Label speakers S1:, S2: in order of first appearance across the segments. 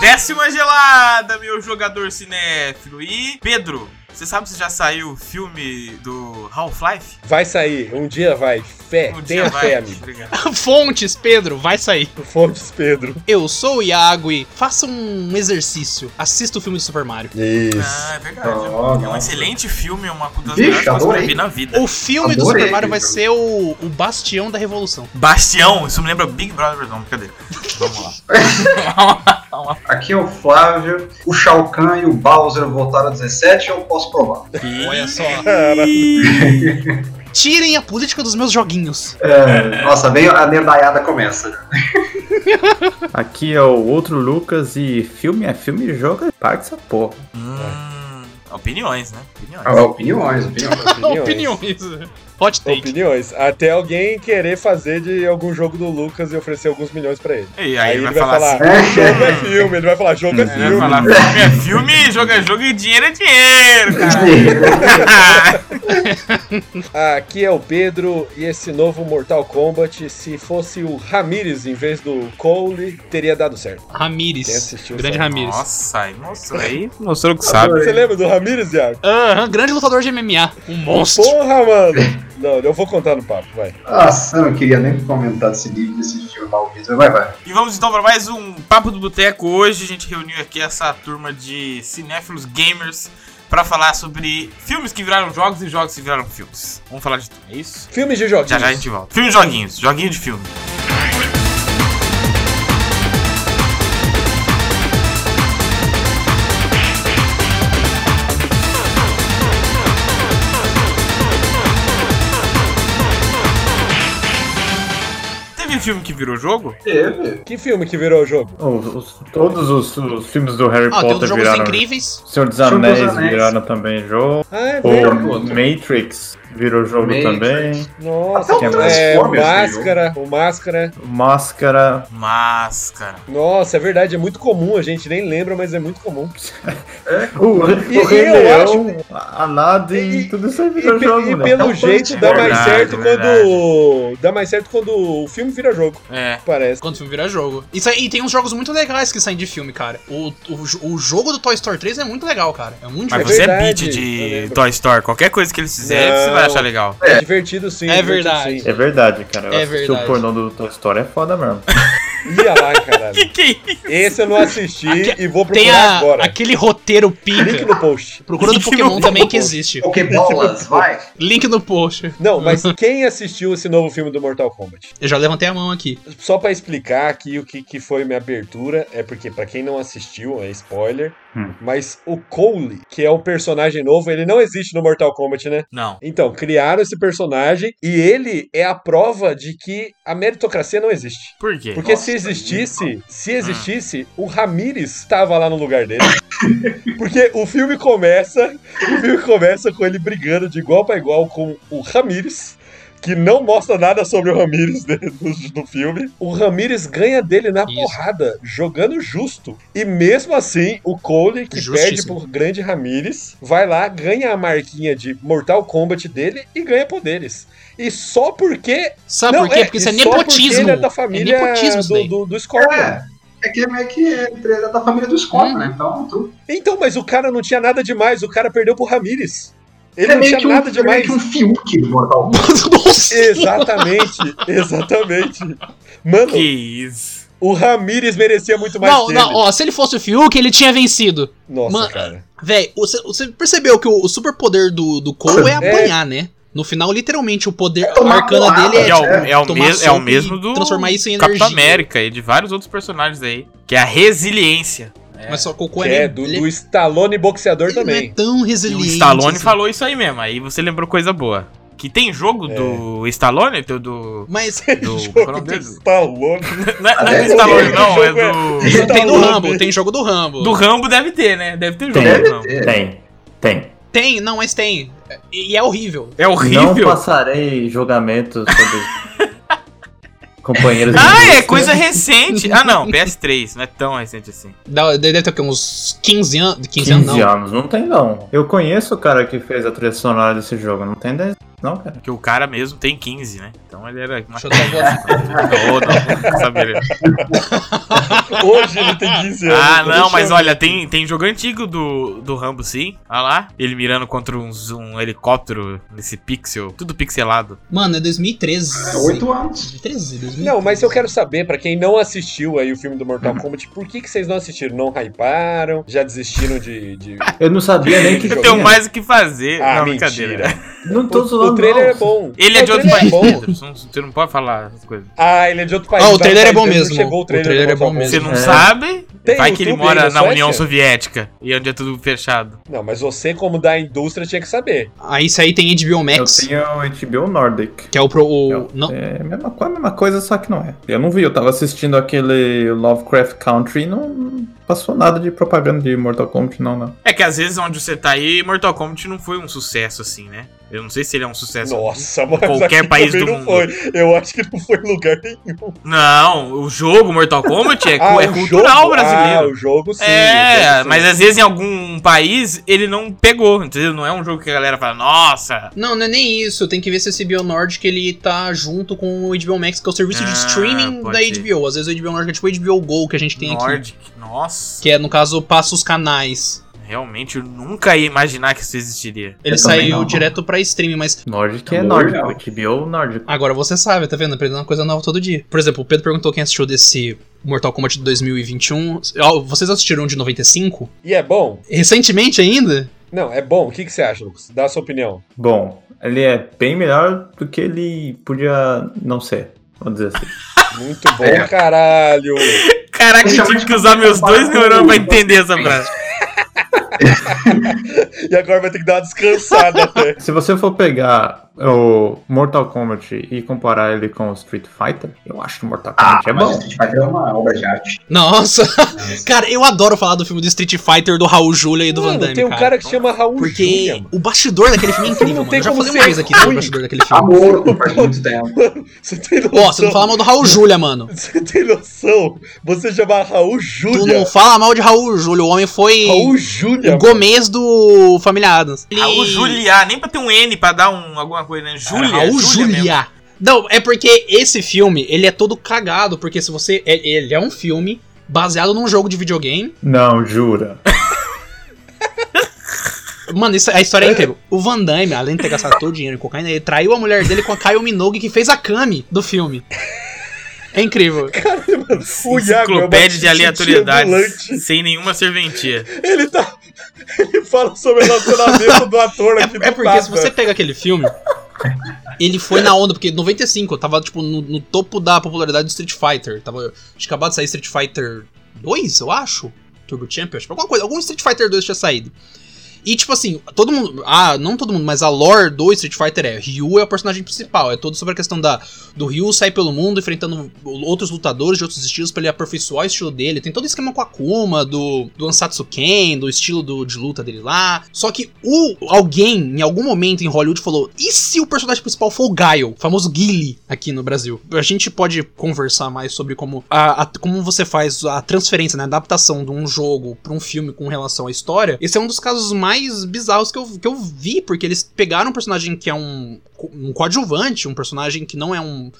S1: Décima gelada, meu jogador cinéfilo. E, Pedro, você sabe se já saiu o filme do Half-Life?
S2: Vai sair, um dia vai.
S3: É
S2: Fé,
S1: Um dia
S2: tenha
S1: vai,
S2: fé, amigo.
S1: obrigado.
S4: Fontes, Pedro, vai sair.
S2: Fontes Pedro.
S4: Eu sou o Iago e faça um exercício. Assista o filme do Super Mario.
S2: Isso.
S1: Ah, é verdade.
S5: Oh,
S1: é um
S5: nossa.
S1: excelente filme, é uma das
S5: Vixe,
S1: melhores coisas que eu já
S5: adorei.
S1: vi na vida.
S4: O filme do
S5: Adorei,
S4: Super Mario vai
S5: cara.
S4: ser o, o bastião da revolução.
S1: Bastião, isso me lembra Big Brother, não, brincadeira. Vamos lá.
S5: Aqui é o Flávio, o Shao Kahn e o Bowser voltaram a 17, eu posso provar.
S4: Olha só. Tirem a política dos meus joguinhos.
S5: É, nossa, bem a nerdaiada começa.
S3: Aqui é o outro Lucas e filme é filme e jogo é parte dessa porra.
S1: Hum, opiniões, né? Opiniões.
S5: Ah, opiniões, opiniões.
S4: Opiniões. Hot take.
S2: É Opiniões. Até alguém querer fazer de algum jogo do Lucas e oferecer alguns milhões pra ele.
S1: E aí,
S2: Aí,
S1: ele vai, falar, assim.
S2: jogo é filme, ele vai falar, jogo é
S1: Ele vai
S2: filme.
S1: falar, filme é filme, jogo é jogo e dinheiro é dinheiro, cara.
S5: É.
S2: Aqui é o Pedro e esse novo Mortal Kombat, se fosse o Ramires em vez do Cole, teria dado certo. Quem
S4: Ramires.
S2: assistiu
S4: Grande
S2: sabe.
S4: Ramires.
S1: Nossa, é aí mostrou aí, mostrou que sabe.
S2: Você lembra do Ramires, Iago?
S4: Aham, grande lutador de MMA. Um monstro.
S2: Porra, mano! Não, eu vou contar no papo, vai.
S5: Nossa, eu não queria nem comentar desse livro, desse filme maldito. Vai, vai.
S1: E vamos então para mais um Papo do Boteco. Hoje a gente reuniu aqui essa turma de cinéfilos gamers para falar sobre filmes que viraram jogos e jogos que viraram filmes. Vamos falar de tudo, é isso?
S2: Filmes de jogos.
S1: Já já a gente volta. Filmes e joguinhos, joguinho de filme. Teve um filme que virou jogo?
S5: Teve.
S2: Que filme que virou o jogo?
S3: Os- os- todos os, os filmes do Harry
S4: Ah, tem
S3: Potter
S4: os jogos
S3: viraram.
S4: incríveis.
S3: Senhor dos
S5: Senhor dos
S3: Anéis,
S5: Anéis.
S3: viraram também jogo.
S2: Ah, é
S3: O
S2: verdade.
S3: Matrix virou jogo
S5: Matrix.
S3: também.
S2: Nossa,
S5: Até
S3: o
S2: é, o
S5: Transformers
S2: máscara, o máscara.
S3: Máscara.
S1: Máscara.
S2: Nossa, é verdade, é muito comum, a gente nem lembra, mas é muito comum.
S3: É, O,
S2: E-
S3: o Rei
S2: e eu
S3: Leão, Aladdin,
S2: E-
S3: tudo isso aí
S2: E,
S3: virou
S2: pe-
S3: jogo,
S2: e
S3: né?
S2: pelo
S5: Então,
S2: jeito
S5: é
S2: dá mais
S1: verdade,
S2: certo
S1: é
S2: quando dá mais certo quando o filme vira jogo,
S1: É.
S2: parece.
S4: Quando o filme vira jogo. Isso aí, e tem uns jogos muito legais que saem de filme, cara. O, o, jo- o jogo do Toy Story 3 é muito legal, cara. É muito
S1: Mas
S2: É
S4: divertido.
S1: você é
S2: verdade,
S1: beat
S2: eu
S1: de
S2: lembro.
S1: Toy Story. Qualquer coisa que eles fizerem, você vai
S2: Não.
S1: achar legal.
S2: É, divertido sim.
S4: É
S2: divertido,
S4: verdade.
S2: sim.
S3: É verdade, cara. Eu
S4: É
S3: assisti
S4: verdade.
S3: o pornô do Toy Story é foda mesmo.
S2: Ia lá, caralho.
S1: que é
S2: Esse eu não assisti
S4: Aqui-
S2: e vou
S4: Tem
S2: procurar
S4: a-
S2: agora.
S4: aquele roteiro
S2: Link
S4: pica.
S2: no post.
S4: Procura do
S1: Link no
S4: Pokémon também
S1: post.
S4: que existe.
S5: Pokébolas, vai.
S4: Link no post.
S2: Não, mas quem assistiu esse novo filme do Mortal Kombat?
S4: Eu já levantei a mão aqui.
S2: Só pra explicar aqui o que, que foi minha abertura, é porque pra quem não assistiu, é spoiler,
S3: Hum.
S2: mas o Cole, que é um personagem novo, ele não existe no Mortal Kombat, né?
S1: Não.
S2: Então, criaram esse personagem e ele é a prova de que a meritocracia não existe.
S1: Por quê?
S2: Porque
S5: Nossa,
S2: se existisse, se existisse, o Ramires estava lá no lugar dele. Porque o filme começa, o filme começa com ele brigando de igual para igual com o Ramires. Que não mostra nada sobre o Ramires né, no, no filme. O Ramires ganha dele na
S4: Isso.
S2: porrada, jogando justo. E mesmo assim, o Cole, que perde
S4: Justíssimo.
S2: por grande Ramires, vai lá, ganha a marquinha de Mortal Kombat dele e ganha poderes. E só porque
S4: Sabe por quê?
S2: é,
S4: porque
S2: e
S4: isso é
S2: só porque
S4: nepotismo.
S2: Ele é da família
S4: nepotismo isso
S2: do,
S4: daí.
S2: do, do Scorpion.
S5: É, é que é meio que é empresa da família do Scott, né? Então, tu...
S2: Então, mas o cara não tinha nada demais, o cara perdeu pro Ramires. Ele
S5: é
S2: não
S5: meio
S2: tinha
S5: que um,
S2: nada
S5: é meio
S2: demais.
S5: que um Fiuk do Mortal Kombat.
S4: Nossa.
S2: Exatamente, exatamente. Mano,
S1: Que isso.
S2: o Ramires merecia muito é mais
S4: Não,
S2: dele.
S4: não, ó, se ele fosse o Fiuk, ele tinha vencido.
S2: Nossa,
S4: Mano,
S2: cara.
S4: Véi, você, você percebeu que o, o superpoder do, do Cole é apanhar, né? No final, literalmente, o poder a
S5: tomar
S4: arcana
S5: porrada,
S4: dele
S1: É,
S4: é,
S1: o,
S4: tipo,
S1: é, o
S4: tomar
S1: mes- é o
S4: soco e
S1: mesmo do
S4: transformar isso em energia.
S1: Capitão América e de vários outros personagens aí. Que é a resiliência.
S4: Mas só que o
S2: Que
S4: Cole
S2: é,
S4: ele-
S2: do,
S4: ele,
S2: do Stallone boxeador
S4: ele não é
S2: também.
S4: tão
S1: E o
S4: resiliente.
S1: Stallone
S4: assim.
S1: falou isso aí mesmo. Aí você lembrou coisa boa. Que tem jogo
S2: É.
S1: do Stallone? Do. do...
S4: Mas
S1: do qual é o
S2: Jogo
S1: nome
S2: do
S1: dele?
S2: Stallone.
S1: Não é, não é do
S2: É,
S1: Stallone,
S2: o
S1: não, é
S2: jogo é-
S1: do.
S2: Stallone.
S4: tem do Rambo, tem jogo do Rambo.
S1: Do Rambo deve ter, né? Deve ter jogo.
S3: Deve
S1: do Rambo.
S5: ter.
S3: Tem, tem.
S4: Tem, não, mas tem. E e é horrível.
S1: É
S3: Não
S1: horrível.
S3: passarei julgamentos sobre companheiros de
S1: Ah, é
S3: indústria.
S1: coisa recente. Ah, não, PS3, não é tão recente assim.
S4: Dá- Deve ter o quê? uns 15 anos. 15,
S3: 15
S4: anos, não.
S3: anos, não tem não. Eu conheço o cara que fez a trilha sonora desse jogo, não tem 10 Não, cara.
S1: Porque o cara mesmo tem 15, né? Então ele era. Uma...
S4: Deixa eu dar uma assim. olhada.
S1: Não, não, não saberia.
S2: Hoje ele tem 15 anos.
S1: Ah,
S2: então
S1: não,
S2: deixa
S1: mas
S2: eu-
S1: olha, tem, tem jogo antigo do, do Rambo, sim. Olha lá. Ele mirando contra uns- um helicóptero nesse pixel, tudo pixelado.
S4: Mano, é 2013.
S5: É, oito anos.
S4: 2013, 2013.
S2: Não, mas eu quero saber, pra quem não assistiu aí o filme do Mortal Kombat, por que, que vocês não assistiram? Não hyparam? Já desistiram de. de-
S3: Eu não sabia nem que
S2: Eu
S1: Eu
S2: Joguinho.
S1: tenho
S3: tinha.
S1: mais o que fazer.
S2: Ah,
S1: não, brincadeira.
S2: mentira.
S3: Não todos
S2: O, o trailer é bom.
S1: Ele é
S2: O
S1: de outro país,
S2: trailer bom.
S1: Pedro. Você não- Você não pode falar essas coisas.
S2: Ah, ele é de outro país.
S4: Ah, o
S2: Vários
S4: trailer é bom
S2: países não
S4: mesmo.
S2: Chegou o
S4: O
S2: trailer,
S4: trailer
S2: do
S4: é bom
S2: Mortal
S4: mesmo.
S1: Você não
S3: É.
S1: sabe?
S2: Tem
S1: Vai
S2: o
S1: que ele
S2: YouTube
S1: mora
S2: aí
S1: na
S2: na
S1: União
S2: Suécia?
S1: Soviética e onde é tudo fechado.
S2: Kombat. Não, mas você, como da indústria, tinha que saber.
S4: Aí isso aí tem HBO
S3: Eu
S4: Max,
S3: tenho o HBO Nordic.
S4: que é o pro. o- não,
S3: É a mesma coisa, a mesma coisa, só que não é. Eu não vi, eu tava assistindo aquele Lovecraft Country e não passou nada de propaganda de Mortal Kombat, não, não.
S1: É que às vezes onde você tá aí, Mortal Kombat não foi um sucesso assim, né? Eu não sei se ele é um sucesso.
S2: Nossa, mas
S1: Qualquer
S2: aqui
S1: país
S2: também
S1: do
S2: não
S1: mundo.
S2: foi. Eu acho que não foi em lugar nenhum. Ah,
S1: Não, o jogo Mortal Kombat é, cu- é
S2: o
S1: cultural
S2: jogo? Ah,
S1: brasileiro.
S2: o jogo sim. o
S1: é,
S2: jogo sim.
S1: mas às vezes em algum país ele não pegou, entendeu? Não é um jogo que a galera fala, nossa.
S4: não, não é nem isso. Tem que ver se esse HBO Nordic ele tá junto com o HBO Max, que é o serviço de
S1: Ah,
S4: streaming
S1: pode
S4: da
S1: ser.
S4: HBO. Às vezes o HBO Nordic é tipo o HBO Go que a gente tem aqui.
S1: Nordic, nossa.
S4: Que é, no caso, passa os canais.
S1: Realmente eu nunca ia imaginar que isso existiria.
S4: Ele
S3: Eu também
S4: saiu
S3: não.
S4: direto pra streaming, mas
S3: Nordic
S5: Tá
S3: é
S5: bom,
S3: Nordic,
S5: legal.
S3: o HBO Nordic.
S4: agora você sabe, tá vendo? Aprendendo uma coisa nova todo dia. Por exemplo, o Pedro perguntou quem assistiu desse Mortal Kombat de 2021. Ó, Vocês assistiram um de 95?
S2: E é bom?
S4: Recentemente ainda?
S2: Não, é bom. O que, que você acha, Lucas? Dá a sua opinião.
S3: Bom, ele é bem melhor do que ele podia não ser, vamos dizer assim.
S2: Muito bom, caralho.
S1: Caraca, eu tive que usar meus dois neurônios pra entender essa frase.
S2: E agora vai ter que dar uma descansada né? até.
S3: Se você for pegar o Mortal Kombat e comparar ele com o Street Fighter, eu acho que o Mortal
S5: Ah,
S3: Kombat é
S5: mas
S3: bom.
S5: Street Fighter é uma obra de arte.
S4: Nossa! Cara, eu adoro falar do filme do Street Fighter, do Raul Julia e do Van
S2: Mano,
S4: Damme,
S2: tem um
S4: cara.
S2: cara que chama Raul
S4: Porque
S2: Júlia.
S4: o bastidor daquele filme é incrível,
S2: Não tem
S4: mano. Eu já
S2: como
S4: falei
S2: ser
S4: uma vez aqui sobre
S2: ruim.
S4: o bastidor daquele
S5: Tá
S4: filme.
S5: morto faz muito tempo.
S2: Você tem noção?
S4: Ó, você não fala mal do Raul Júlia, mano.
S2: Você tem noção? Você chama Raul
S4: Tu
S2: Júlia.
S4: não fala mal de Raul Júlia. O homem foi
S2: Raul Júlia.
S4: o Gomes do Família Adams. Ele-
S1: Ah, o Juliá, nem pra ter um N pra dar um, alguma coisa, né? Julia,
S4: Raul
S1: Julia mesmo.
S4: Julia. Não, é porque esse filme, ele é todo cagado, porque se você... é- Ele é um filme baseado num jogo de videogame.
S3: Não, jura.
S4: Mano, isso- a história é incrível. O Van Damme, além de ter gastado todo o dinheiro em cocaína, ele traiu a mulher dele com a Kyle Minogue, que fez a Kami do filme. É incrível.
S2: Caralho, mano. O Iago é uma
S1: Enciclopédia de
S2: titi ambulante.
S1: aleatoriedades, sem nenhuma serventia.
S2: Ele tá. Ele fala sobre o relacionamento do ator aqui do
S4: É, é porque
S2: nada.
S4: se você pega aquele filme, ele foi na onda, porque em 95 eu tava, tipo, no, no topo da popularidade do Street Fighter. Tava, tinha acabado de sair Street Fighter 2, eu acho. Turbo Champions, tipo, alguma coisa, algum Street Fighter 2 tinha saído. E, tipo assim, todo mundo. Ah, não todo mundo, mas a lore do Street Fighter é. Ryu é o personagem principal. É todo sobre a questão da, do Ryu sair pelo mundo enfrentando outros lutadores de outros estilos pra ele aperfeiçoar o estilo dele. Tem todo o esquema com a Akuma, do, do Ansatsu Ken, do estilo do- de luta dele lá. Só que o alguém, em algum momento em Hollywood, falou: e se o personagem principal for o Guile, o famoso Guile aqui no Brasil? A gente pode conversar mais sobre como, a, a- como você faz a transferência, né, a adaptação de um jogo pra um filme com relação à história. Esse é um dos casos mais bizarros que eu, que eu vi, porque eles pegaram um personagem que é um, co- um coadjuvante, um personagem que não é um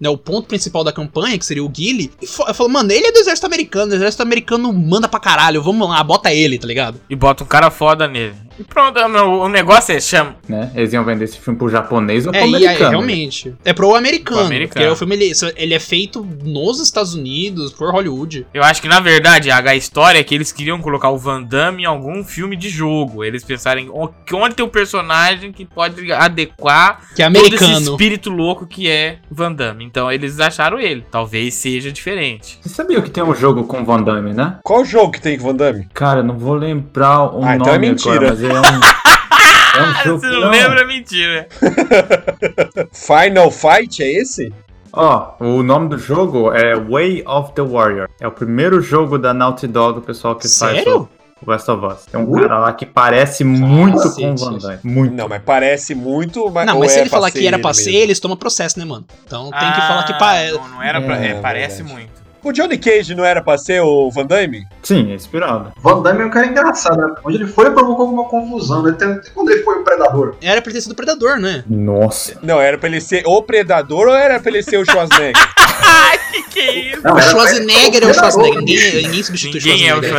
S4: né, o ponto principal da campanha, que seria o Gilly, e fa- falou, mano, ele é do exército americano, o exército americano manda pra caralho, vamos lá, bota ele, tá ligado?
S1: E bota um cara foda nele. E pronto, o o negócio é chama.
S3: Né? Eles iam vender esse filme pro japonês ou pro
S4: É, e aí,
S3: americano.
S4: realmente. É pro americano.
S1: Pro americano.
S4: Porque o filme ele, ele é feito nos Estados Unidos, por Hollywood.
S1: Eu acho que na verdade a a história é que eles queriam colocar o Van Damme em algum filme de jogo. Eles pensarem o- que onde tem um personagem que pode adequar
S4: Que é
S1: todo esse
S4: americano.
S1: espírito louco que é o Van Damme. Então eles acharam ele. Talvez seja diferente.
S3: Você sabia que tem um jogo com Van Damme, né?
S2: Qual jogo que tem com o Van Damme?
S3: Cara, não vou lembrar o
S2: Ah,
S3: nome
S2: então é mentira.
S3: agora, mas ele é um... é um
S1: Ah,
S3: jogo...
S1: você não lembra? Mentira.
S2: Final Fight é esse?
S3: Ó, o nome do jogo é Way of the Warrior. É o primeiro jogo da Naughty Dog, o pessoal que faz
S4: Sério?
S3: o Last of Us. Tem um
S5: Ui.
S3: cara lá que parece muito
S4: Cacete.
S3: com o Van Damme. Muito.
S2: Não, mas parece muito. Mas,
S4: Não,
S2: ou
S4: mas se
S2: é
S4: ele falar que era pra
S2: mesmo?
S4: ser, eles tomam processo, né, mano? Então tem que falar que
S1: Ah,
S4: pa-
S1: Não, não era pra.
S2: É,
S1: É, parece
S2: verdade.
S1: muito.
S2: O Johnny Cage não era pra ser o Van Damme?
S3: Sim, é inspirado.
S5: Van Damme é um cara engraçado, né? Onde ele foi, ele provocou alguma confusão, né? Tem- tem- Quando ele foi o Predador.
S4: Era pra ele ter sido predador, né?
S3: Nossa.
S2: Não, era pra ele ser o Predador ou era pra ele ser o Schwarzenegger?
S1: Que isso?
S5: Não,
S4: O
S5: era- um né?
S4: Schwarzenegger é
S5: era
S4: o Schwarzenegger.
S5: bicho.
S4: Ninguém, ninguém substitui
S1: Ninguém é o
S4: Schwarzenegger.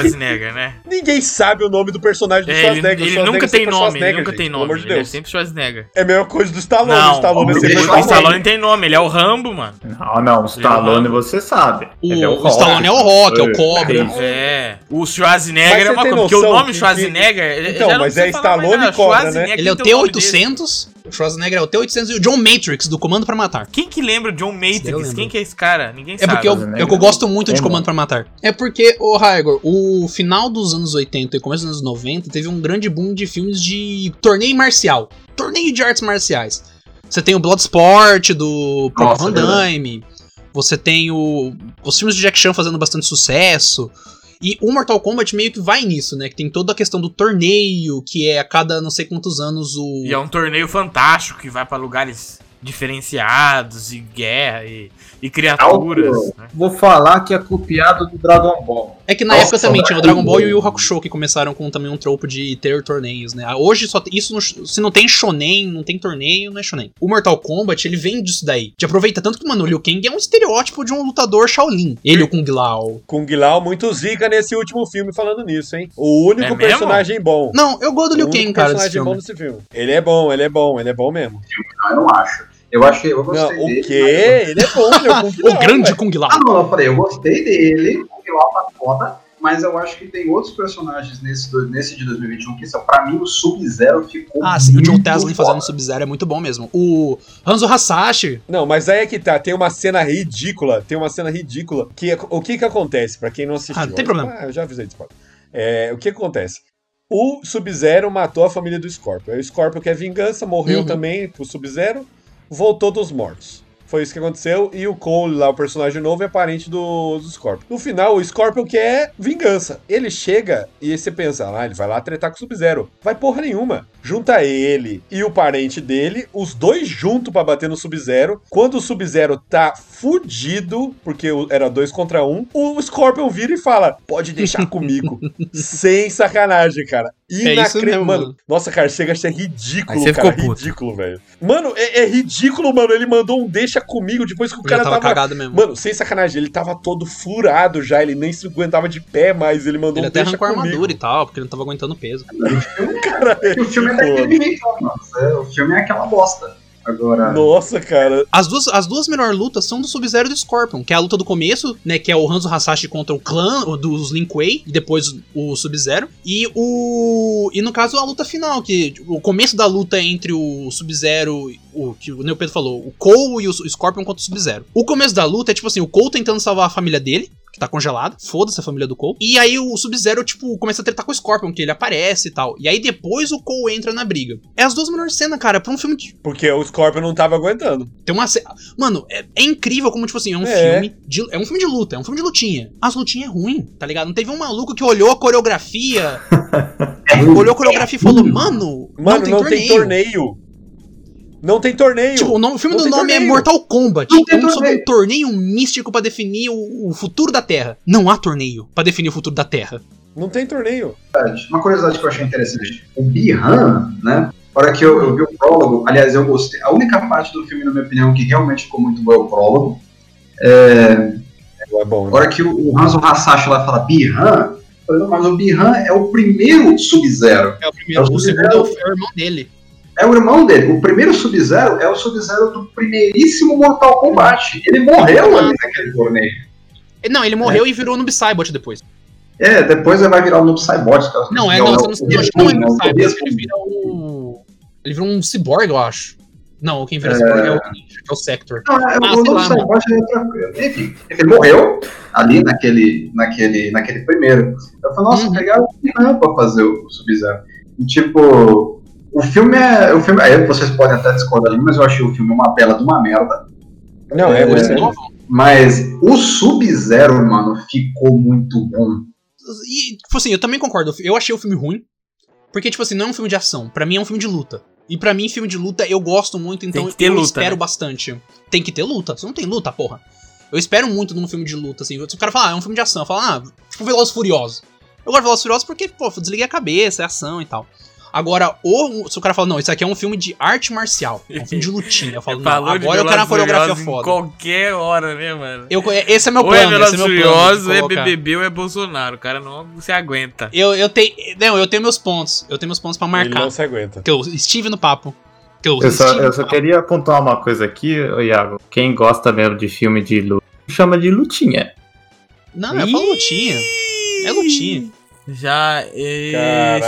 S1: Schwarzenegger, né?
S2: Ninguém sabe o nome do personagem do
S1: É, ele
S2: Schwarzenegger. O
S1: ele
S2: Schwarzenegger
S1: nunca tem
S2: sempre é
S1: nome, ele
S2: Schwarzenegger,
S1: nunca
S2: gente,
S1: tem
S2: Pelo amor
S1: nome.
S2: de
S1: Ele é
S2: Deus.
S1: sempre Schwarzenegger.
S2: É a mesma coisa do Stallone. o
S1: Não,
S2: Stallone é
S5: o
S2: sempre
S5: Bruce
S1: O
S2: Schwarzenegger.
S1: Stallone tem nome, ele é o Rambo, mano.
S3: Ah, não, o Stallone você sabe. Ele é
S4: O,
S3: o,
S4: o Stallone é o Rock, é o Cobra.
S1: É. O
S2: Mas
S1: Schwarzenegger
S2: você
S1: é uma
S2: tem
S1: coisa. Porque o
S2: noção
S1: nome
S2: que-
S1: Schwarzenegger. ele-
S2: Então,
S1: já não
S2: mas
S1: precisa
S2: é
S1: falar mais
S2: Stallone
S1: nada,
S2: e cobra, né?
S1: Schwarzenegger
S4: Ele é o
S1: tem nome dele.
S4: T-800, o Schwarzenegger é o T-800 e o John Matrix, do Comando pra Matar.
S1: Quem que lembra o John
S4: Esse eu
S1: Matrix?
S4: lembro.
S1: Quem que é esse cara? Ninguém
S4: É
S1: sabe. né?
S4: porque eu,
S3: Schwarzenegger.
S4: é que eu gosto muito de
S3: Como?
S4: Comando pra Matar. É porque, ô Raigor, o final dos anos 80 e começo dos anos 90 teve um grande boom de filmes de torneio marcial. Torneio de artes marciais. Você tem o Bloodsport, do
S5: Nossa,
S4: Van Damme. Você tem o, os filmes de Jack Chan fazendo bastante sucesso. E o Mortal Kombat meio que vai nisso, né? Que tem toda a questão do torneio, que é a cada não sei quantos anos o.
S1: E é um torneio fantástico que vai pra lugares diferenciados e guerra e, e criaturas. né?
S3: Vou falar que é copiado do Dragon Ball.
S4: É que na
S5: Nossa,
S4: época também tinha o
S5: Dragon
S4: Dragon Ball e o Yu
S5: Ball.
S4: Hakusho que começaram com também um tropo de ter torneios, né? Ah, Hoje só tem- isso não- se não tem shonen, não tem torneio, não é shonen. O Mortal Kombat, ele vem disso daí. De aproveita tanto que mano, o Liu Kang é um estereótipo de um lutador Shaolin. Ele o Kung Lao.
S2: Kung Lao, muito zica nesse último filme falando nisso, hein? O único
S1: É mesmo?
S2: personagem bom.
S4: Não, eu gosto do Liu
S2: o
S4: Kang,
S2: único
S4: cara, desse
S2: personagem bom
S4: filme.
S2: desse filme. Ele é bom, ele é bom, ele é bom mesmo.
S5: Ah, eu não acho. Eu achei, eu gostei
S2: Não, o
S5: dele.
S2: quê? Ele é bom, meu Kung
S4: O
S2: Lao,
S4: grande
S2: velho.
S4: Kung
S5: Ah,
S4: Lao.
S5: não, eu falei, eu gostei dele, o Bilal tá foda, mas eu acho que tem outros personagens nesse, do- nesse de 2021 que são, pra mim, o Sub-Zero ficou.
S4: Ah, sim, o John
S5: muito
S4: Taslin
S5: foda.
S4: fazendo Sub-Zero é muito bom mesmo. O Hanzo Hasashi,
S2: Não, mas aí é que tá. Tem uma cena ridícula. Tem uma cena ridícula. Que, é- o que que acontece, pra quem não assistiu?
S4: Ah, não tem problema.
S2: Ah, eu já avisei de spoiler. É, o que acontece? O Sub-Zero matou a família do Scorpion. Aí O Scorpion quer vingança, morreu
S4: Uhum.
S2: também pro Sub-Zero, voltou dos mortos. Foi isso que aconteceu. E o Cole, lá, o personagem novo, é parente do, do Scorpion. No final, o Scorpion quer vingança. Ele chega e aí você pensa, ah, ele vai lá tretar com o Sub-Zero. Vai porra nenhuma. Junta ele e o parente dele, os dois juntos pra bater no Sub-Zero. Quando o Sub-Zero tá fudido, porque o- era dois contra um, o Scorpion vira e fala: pode deixar comigo. Sem sacanagem, cara.
S4: isso
S2: Inacre...
S4: mesmo,
S2: mano,
S4: mano.
S2: Nossa, cara, chega a ser
S1: É
S2: ridículo,
S1: Aí você
S2: cara.
S1: ficou puto.
S2: Ridículo, velho. Mano, é, é ridículo, mano. Ele mandou um deixa comigo depois que o
S4: já
S2: cara
S4: tava
S2: tava.
S4: cagado mesmo.
S2: Mano, sem sacanagem, ele tava todo furado já, ele nem se aguentava de pé mais, ele mandou um
S4: Ele até
S2: deixa
S4: arrancou a
S2: comigo.
S4: armadura e tal, porque ele não tava aguentando o peso.
S2: Cara, é
S5: E o filme é
S2: ridículo.
S5: daquele jeito, nossa, é, o filme é aquela bosta. Agora,
S2: Nossa, cara.
S4: As duas, as duas melhores lutas são do Sub-Zero e do Scorpion, que é a luta do começo, né? Que é o Hanzo Hasashi contra o clã o dos Lin Kuei, e depois o Sub-Zero. E o. E no caso, a luta final, que tipo, o começo da luta entre o Sub-Zero, e o que o Neo Pedro falou, o Cole e o Scorpion contra o Sub-Zero. O começo da luta é tipo assim: o Cole tentando salvar a família dele. Que tá congelada, foda-se a família do Cole. E aí o Sub-Zero, tipo, começa a tretar com o Scorpion, que ele aparece e tal. E aí depois o Cole entra na briga. É as duas melhores cenas, cara, pra um filme de
S2: Porque o Scorpion não tava aguentando.
S4: tem uma. ce- Mano, é, é incrível como, tipo assim, é um
S2: É.
S4: filme. De, é um filme de luta, é um filme de lutinha. As lutinhas é ruim, tá ligado? Não teve um maluco que olhou a coreografia, é, olhou a coreografia e falou, mano,
S2: Mano, não, tem torneio. Não tem torneio.
S4: Tipo, o, nome- o filme
S2: Não
S4: do
S2: tem
S4: nome é
S2: torneio.
S4: Mortal Kombat.
S5: Não tem
S4: um sobre um
S5: torneio.
S4: torneio místico pra definir o, o futuro da Terra. Não há torneio pra definir o futuro da Terra.
S2: Não tem torneio.
S5: curiosidade, uma curiosidade que eu achei interessante. O Bihan, né? A hora que eu, eu vi o prólogo, aliás, eu gostei. A única parte do filme, na minha opinião, que realmente ficou muito boa é o prólogo. É,
S2: É bom.
S5: a hora que o, o Hanzo Hasashi lá fala Bihan, eu falei, "Não, mas o Bihan é o primeiro Sub-Zero.
S4: É o primeiro.
S5: É o
S4: O segundo é o é o irmão dele.
S5: É o irmão dele. O primeiro Sub-Zero é o Sub-Zero do primeiríssimo Mortal Kombat. Ele morreu ali naquele torneio.
S4: Não, ele morreu
S2: É.
S4: e virou Noob Saibot depois.
S5: É, depois ele vai virar o Noob Saibot. que é o-
S4: Não, é,
S5: o-
S4: não,
S5: o-
S4: você não
S5: o-
S4: eu acho que não é
S5: o-
S4: Noob
S5: o-
S4: Saibot, ele vira o. Ele vira um cyborg, eu acho. Não, quem vira
S5: É.
S4: cyborg é o ninja, que é o Sector.
S5: Não, é,
S4: Ah,
S5: o
S4: sei
S5: Noob
S4: lá,
S5: Saibot ele é tranquilo. Enfim, ele morreu ali naquele, naquele, naquele primeiro. Eu falei, nossa, tá
S4: Uhum.
S5: pegaram o Bihan pra fazer o Sub-Zero. E tipo, o filme é. O filme, aí vocês podem até discordar ali, mas eu achei o filme uma bela de uma merda.
S2: Não, é,
S5: É.
S2: você.
S5: Mas o Sub-Zero, mano, ficou muito bom.
S4: E, tipo assim, eu também concordo. Eu achei o filme ruim. Porque, tipo assim, não é um filme de ação. Pra mim é um filme de luta. E pra mim, filme de luta, eu gosto muito, então
S1: que ter
S4: eu
S1: luta,
S4: espero
S1: né?
S4: bastante. Tem que ter luta. Se não tem luta, porra. Eu espero muito num filme de luta, assim. Se o cara falar, ah, é um filme de ação, fala, ah, tipo Velozes e Furiosos. Eu gosto de Velozes e Furiosos porque, pô, desliguei a cabeça, é ação e tal. Agora, ou se o cara fala, não, isso aqui é um filme de arte marcial, é um filme de lutinha. Eu falo, não,
S1: Falou de
S4: agora eu quero uma
S1: Velozes e
S4: coreografia
S1: Furiosos em
S4: foda.
S1: qualquer hora, né, mano?
S4: Eu, esse é meu
S1: Ou é
S4: plano, esse
S1: Velozes
S4: é meu
S1: e
S4: plano. de
S1: Furiosos, ou é
S4: colocar.
S1: BBB, ou é Bolsonaro. O cara não se aguenta.
S4: Eu, eu tenho. Não, eu tenho meus pontos. Eu tenho meus pontos pra
S2: Ele não
S4: marcar.
S2: se aguenta.
S4: Que eu estive no papo. Que eu,
S3: Eu só,
S4: estive
S3: eu
S4: no
S3: só
S4: papo.
S3: queria apontar uma coisa aqui, ô Iago. Quem gosta mesmo de filme de luta, chama de lutinha.
S4: Não, eu falo lutinha. É lutinha.
S1: Já, e...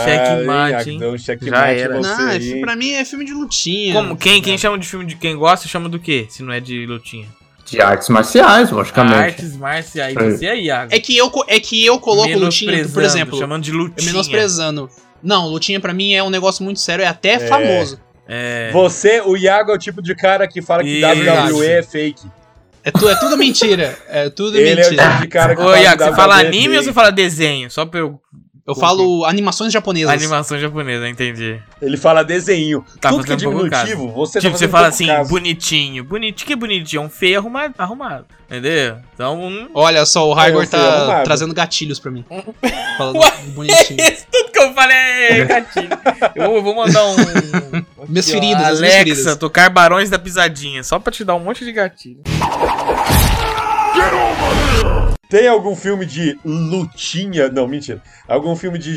S1: checkmate,
S2: Caralho, hein,
S1: hein?
S2: Agdão,
S1: Já
S2: checkmate
S1: era.
S2: você,
S4: Não, é,
S2: hein?
S4: fi- pra mim é filme de lutinha.
S1: Como, quem, né? quem chama de filme de quem gosta, chama do quê? Se não é de lutinha.
S3: De artes marciais, logicamente.
S1: Artes marciais,
S3: É.
S1: você aí, Iago.
S4: É que eu, co- é que eu coloco lutinha, por exemplo.
S1: Chamando de lutinha.
S4: Eu menosprezando. Não, lutinha pra mim é um negócio muito sério, é até famoso.
S1: É.
S2: Você, o Iago é o tipo de cara que fala que
S1: Isso.
S2: WWE é fake.
S4: É, tu- é tudo mentira. É tudo
S2: Ele é o
S4: mentira.
S2: tipo de cara que
S1: Ô, Iago, você fala
S2: WWE é
S1: anime ou
S2: fake.
S1: você fala desenho? Só pra eu...
S4: Eu falo animações japonesas.
S1: Animação japonesa, entendi.
S2: Ele fala desenho.
S1: Tá
S2: Tudo que é
S1: fazendo pouco caso.
S2: diminutivo, você tá
S1: tipo, você
S2: fazendo
S1: fala
S2: pouco
S1: assim,
S2: caso.
S1: bonitinho. Bonitinho, que bonitinho. É um feio arrumado, arrumado. Entendeu? Então, um...
S4: Olha só, o Hygor
S2: É, eu fui
S4: tá
S2: arrumado.
S4: trazendo gatilhos pra mim. Falando
S1: Ué.
S4: bonitinho.
S1: Isso tudo que eu falei é gatilho. Eu vou mandar um.
S4: Minhas
S1: Aqui, ó,
S4: feridas, as minhas
S1: Alexa,
S4: feridas.
S1: tocar Barões da Pisadinha. Só pra te dar um monte de gatilho.
S2: Tem algum filme de lutinha? Não, mentira. Algum filme de